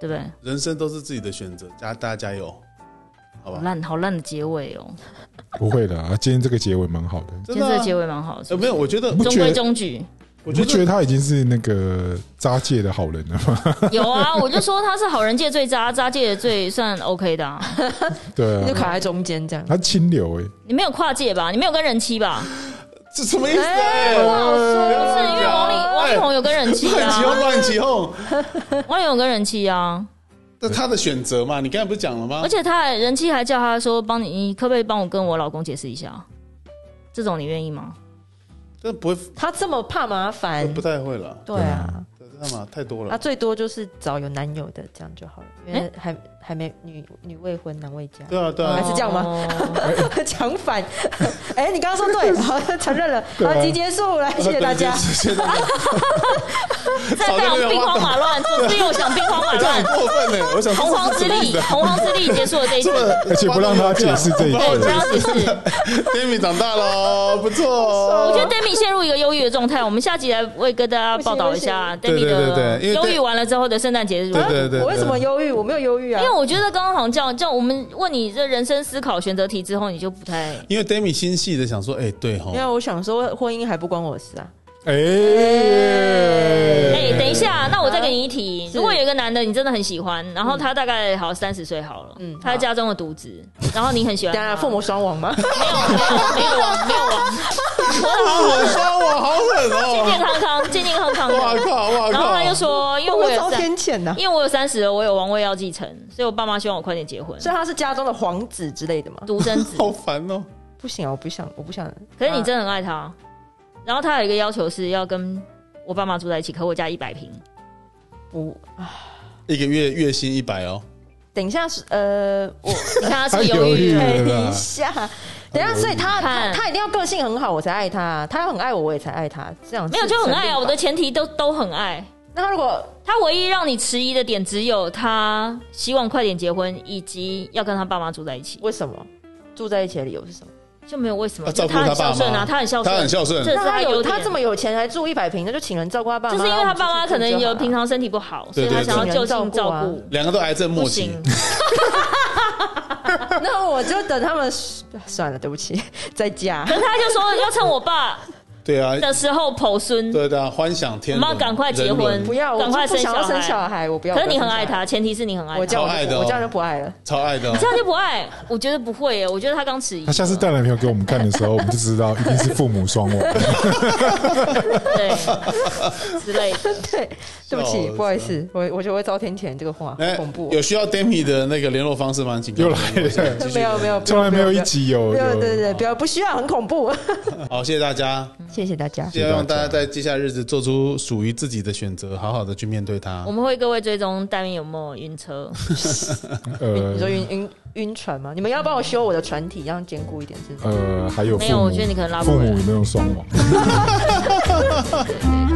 Speaker 1: 对不对？
Speaker 2: 人生都是自己的选择，加大家加油，好
Speaker 1: 好
Speaker 2: 吧？
Speaker 1: 烂，好烂的结尾哦！
Speaker 3: 不会的啊，今天这个结尾蛮好的。
Speaker 2: 真
Speaker 1: 今天
Speaker 2: 的
Speaker 1: 这
Speaker 2: 啊
Speaker 1: 个结尾蛮好的，是
Speaker 2: 呃
Speaker 1: 不是
Speaker 2: 没有，我觉得
Speaker 3: 不
Speaker 1: 中
Speaker 3: 觉
Speaker 1: 规
Speaker 3: 得
Speaker 1: 中矩。
Speaker 2: 我
Speaker 3: 你
Speaker 2: 觉
Speaker 3: 不觉
Speaker 2: 得
Speaker 3: 得他已经是那个渣界的好人了吗？
Speaker 1: 有啊，我就说他是好人界最渣，渣界最算 OK 的、啊。
Speaker 3: 对
Speaker 4: 就
Speaker 3: 啊，
Speaker 4: 卡在中间这样，
Speaker 3: 他清流哎，
Speaker 1: 你没有跨界吧？你没有跟人妻吧？
Speaker 2: 这什么意思？哎
Speaker 4: 不好说
Speaker 1: 不是，因为王力王力宏有跟人妻
Speaker 2: 乱起哄，
Speaker 1: 啊，
Speaker 2: 乱起哄，
Speaker 1: 王力宏跟人妻啊，
Speaker 2: 这他的选择嘛？你刚才不是讲了吗
Speaker 1: 而？且他还人妻还叫他说帮你，你可不可以帮我跟我老公解释一下？这种你愿意吗？
Speaker 2: 这不会，
Speaker 4: 他这么怕麻烦
Speaker 2: 这，不太会了，
Speaker 4: 对啊，
Speaker 2: 这干嘛？太多
Speaker 4: 他
Speaker 2: 了。
Speaker 4: 最多就是找有男友的这样就好了，因
Speaker 1: 哎
Speaker 4: 为还还没女女未婚男未 嫁，
Speaker 2: 对啊，对啊，
Speaker 4: 还是这样吗
Speaker 1: 吗？
Speaker 4: 讲反。 哎，你刚刚说 对，好，承认了，
Speaker 3: 对啊
Speaker 4: 好，集结束，来，谢谢大家
Speaker 2: 对。谢谢大家。
Speaker 1: 在 非常兵荒马乱，做事又想兵荒马
Speaker 2: 这很
Speaker 1: 乱，
Speaker 2: 过分呢！我想说
Speaker 1: 洪荒之力，洪荒之力结束了这 一集。
Speaker 3: 而且不让他解释这一
Speaker 1: 对，哎不
Speaker 3: 切。
Speaker 1: 要解释。
Speaker 2: Demi 长大喽，不错
Speaker 1: 我觉
Speaker 2: 哦。
Speaker 1: 得 Demi 陷入一个忧郁的状态，我们下集来为跟大家报道一下
Speaker 2: 行对
Speaker 1: Demi
Speaker 2: 对对
Speaker 1: 的
Speaker 2: 对因为
Speaker 1: 忧
Speaker 2: Demi-
Speaker 1: 郁完了之后的圣诞节日如
Speaker 2: 对
Speaker 1: 何。
Speaker 2: 对对，
Speaker 4: 我为什么忧郁？我没有忧郁啊，
Speaker 1: 因为我觉得刚刚好像叫叫我们问你这人生思考选择题之后，你就不太
Speaker 2: 因为 Demi 心细的想说，哎，对哈
Speaker 4: 因，啊为我想说婚姻还不关我的事啊。
Speaker 1: 哎、
Speaker 3: 哎，
Speaker 1: 等一下，那我再给你一题。
Speaker 4: 啊是
Speaker 1: 如果有一个男的你真的很喜欢，然后他大概好三十岁好了，
Speaker 4: 嗯
Speaker 1: 他在家中的独子，然后你很喜欢
Speaker 4: 当然，
Speaker 1: 他，
Speaker 4: 父母双亡吗？
Speaker 1: 没有没有没有王没有王，活得好
Speaker 2: 我杀我好狠哦！
Speaker 1: 健健康康健健康康
Speaker 2: 哇
Speaker 1: 的。
Speaker 2: 靠哇
Speaker 1: 然后
Speaker 2: 靠！
Speaker 1: 他就说，因为
Speaker 4: 我
Speaker 1: 我
Speaker 4: 会
Speaker 1: 有
Speaker 4: 遭
Speaker 1: 三，
Speaker 4: 天谴呐。
Speaker 1: 因为我有三十了，我有王位要继承，所以我爸妈希望我快点结婚，
Speaker 4: 所以他是啊家中的皇子之类的吗？
Speaker 1: 独生子。
Speaker 2: 好烦哦。
Speaker 4: 不行啊，我不想，我不想。
Speaker 1: 可是你真的很爱他。然后他有一个要求是要跟我爸妈住在一起，可我家一百平。
Speaker 4: 啊不，
Speaker 2: 一个月月薪一百哦，
Speaker 4: 等一下是呃，我
Speaker 1: 你看他是不是
Speaker 3: 他
Speaker 1: 犹
Speaker 3: 犹
Speaker 1: 豫
Speaker 3: 豫
Speaker 1: 了
Speaker 3: 了。
Speaker 4: 等
Speaker 3: 对啦
Speaker 4: 一下，等一下，所以他
Speaker 1: 啊看
Speaker 4: 他他一定要个性很好，我才爱他；他要很爱我，我也才爱他。这样
Speaker 1: 没有就很爱啊！我的
Speaker 4: 的。
Speaker 1: 前提都都很爱。
Speaker 4: 那他如果
Speaker 1: 他唯一让你迟疑的点只有他希望快点结婚，以及要跟他爸妈住在一起，
Speaker 4: 为什么住在一起的理由是什么？
Speaker 1: 就没有为什么。
Speaker 2: 他照
Speaker 1: 就
Speaker 2: 顾
Speaker 1: 他很
Speaker 2: 爸
Speaker 1: 孝顺
Speaker 2: 妈，
Speaker 1: 啊，他很孝顺，
Speaker 2: 他很孝顺
Speaker 1: 这。是
Speaker 4: 那他有
Speaker 1: 优
Speaker 4: 他
Speaker 1: 点。
Speaker 4: 这么有钱还住一百平，那就请人照顾他爸妈。
Speaker 1: 就是因为他爸妈可能有平
Speaker 4: 常
Speaker 1: 常身体不好，所
Speaker 2: 对
Speaker 1: 以他
Speaker 2: 对
Speaker 1: 想要就近
Speaker 4: 对
Speaker 1: 照顾
Speaker 4: 对。
Speaker 2: 两个都癌症
Speaker 1: 不
Speaker 2: 末期
Speaker 1: 行，，
Speaker 4: 那我就等他们算了，对不起， 在家
Speaker 1: 可。是 他就说要趁我爸
Speaker 2: 对啊，
Speaker 1: 的时候剖孙，
Speaker 2: 对的啊，幻想天
Speaker 1: 我
Speaker 2: 伦，
Speaker 1: 们要赶快结
Speaker 2: 人伦
Speaker 1: 婚
Speaker 4: 不要，我
Speaker 1: 赶
Speaker 4: 就
Speaker 1: 快
Speaker 4: 不
Speaker 1: 生
Speaker 4: 想
Speaker 1: 小
Speaker 4: 要生
Speaker 1: 孩
Speaker 4: 小孩，我不要。
Speaker 1: 可是你
Speaker 4: 不
Speaker 1: 很
Speaker 4: 要生
Speaker 1: 爱
Speaker 4: 小孩，
Speaker 1: 他，前提是你很爱
Speaker 4: 我这
Speaker 1: 他。
Speaker 2: 超
Speaker 4: 样
Speaker 2: 爱的哦
Speaker 4: 我这样就不爱了。
Speaker 2: 超爱的哦
Speaker 1: 你这。样就不爱，我觉得不会耶。我觉得他刚迟疑。
Speaker 3: 他下次带男朋友给我们看的时候，我们就知道一定是父母双亡。
Speaker 1: 对之类的。
Speaker 4: 对，对
Speaker 2: 笑
Speaker 4: 不起，
Speaker 2: 死
Speaker 4: 不好意思，我我觉得会遭天谴这个话，
Speaker 2: 哎
Speaker 4: 好恐怖哦。
Speaker 2: 有需要 Demi 的那个联络方式吗？请给
Speaker 3: 又
Speaker 2: 我
Speaker 3: 来了，
Speaker 2: 继续
Speaker 4: 没有没有，不
Speaker 3: 从来没有
Speaker 4: 不
Speaker 3: 一
Speaker 4: 要
Speaker 3: 集有
Speaker 4: 不要对对
Speaker 3: 有
Speaker 4: 对，不要不需要，很恐怖。
Speaker 2: 好，谢谢大家，
Speaker 4: 谢谢大家，
Speaker 2: 希望大家在接下来日子做出属于自己的选择，好好的去面对它
Speaker 1: 我。们会各位追踪戴明有没有晕车，
Speaker 4: 你说
Speaker 3: 呃
Speaker 4: 晕晕晕船吗？你们要帮我修我的船体，让坚固一点，是 不是？
Speaker 3: 呃，还有
Speaker 1: 没
Speaker 3: 父
Speaker 1: 有
Speaker 3: 母，
Speaker 1: 我觉得你可能拉不
Speaker 3: 父
Speaker 1: 回来
Speaker 3: 母有没有双亡？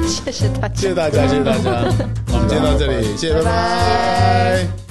Speaker 4: 谢谢大家
Speaker 2: 谢。谢大家，谢谢大家，我们今天到这里，谢谢，拜拜。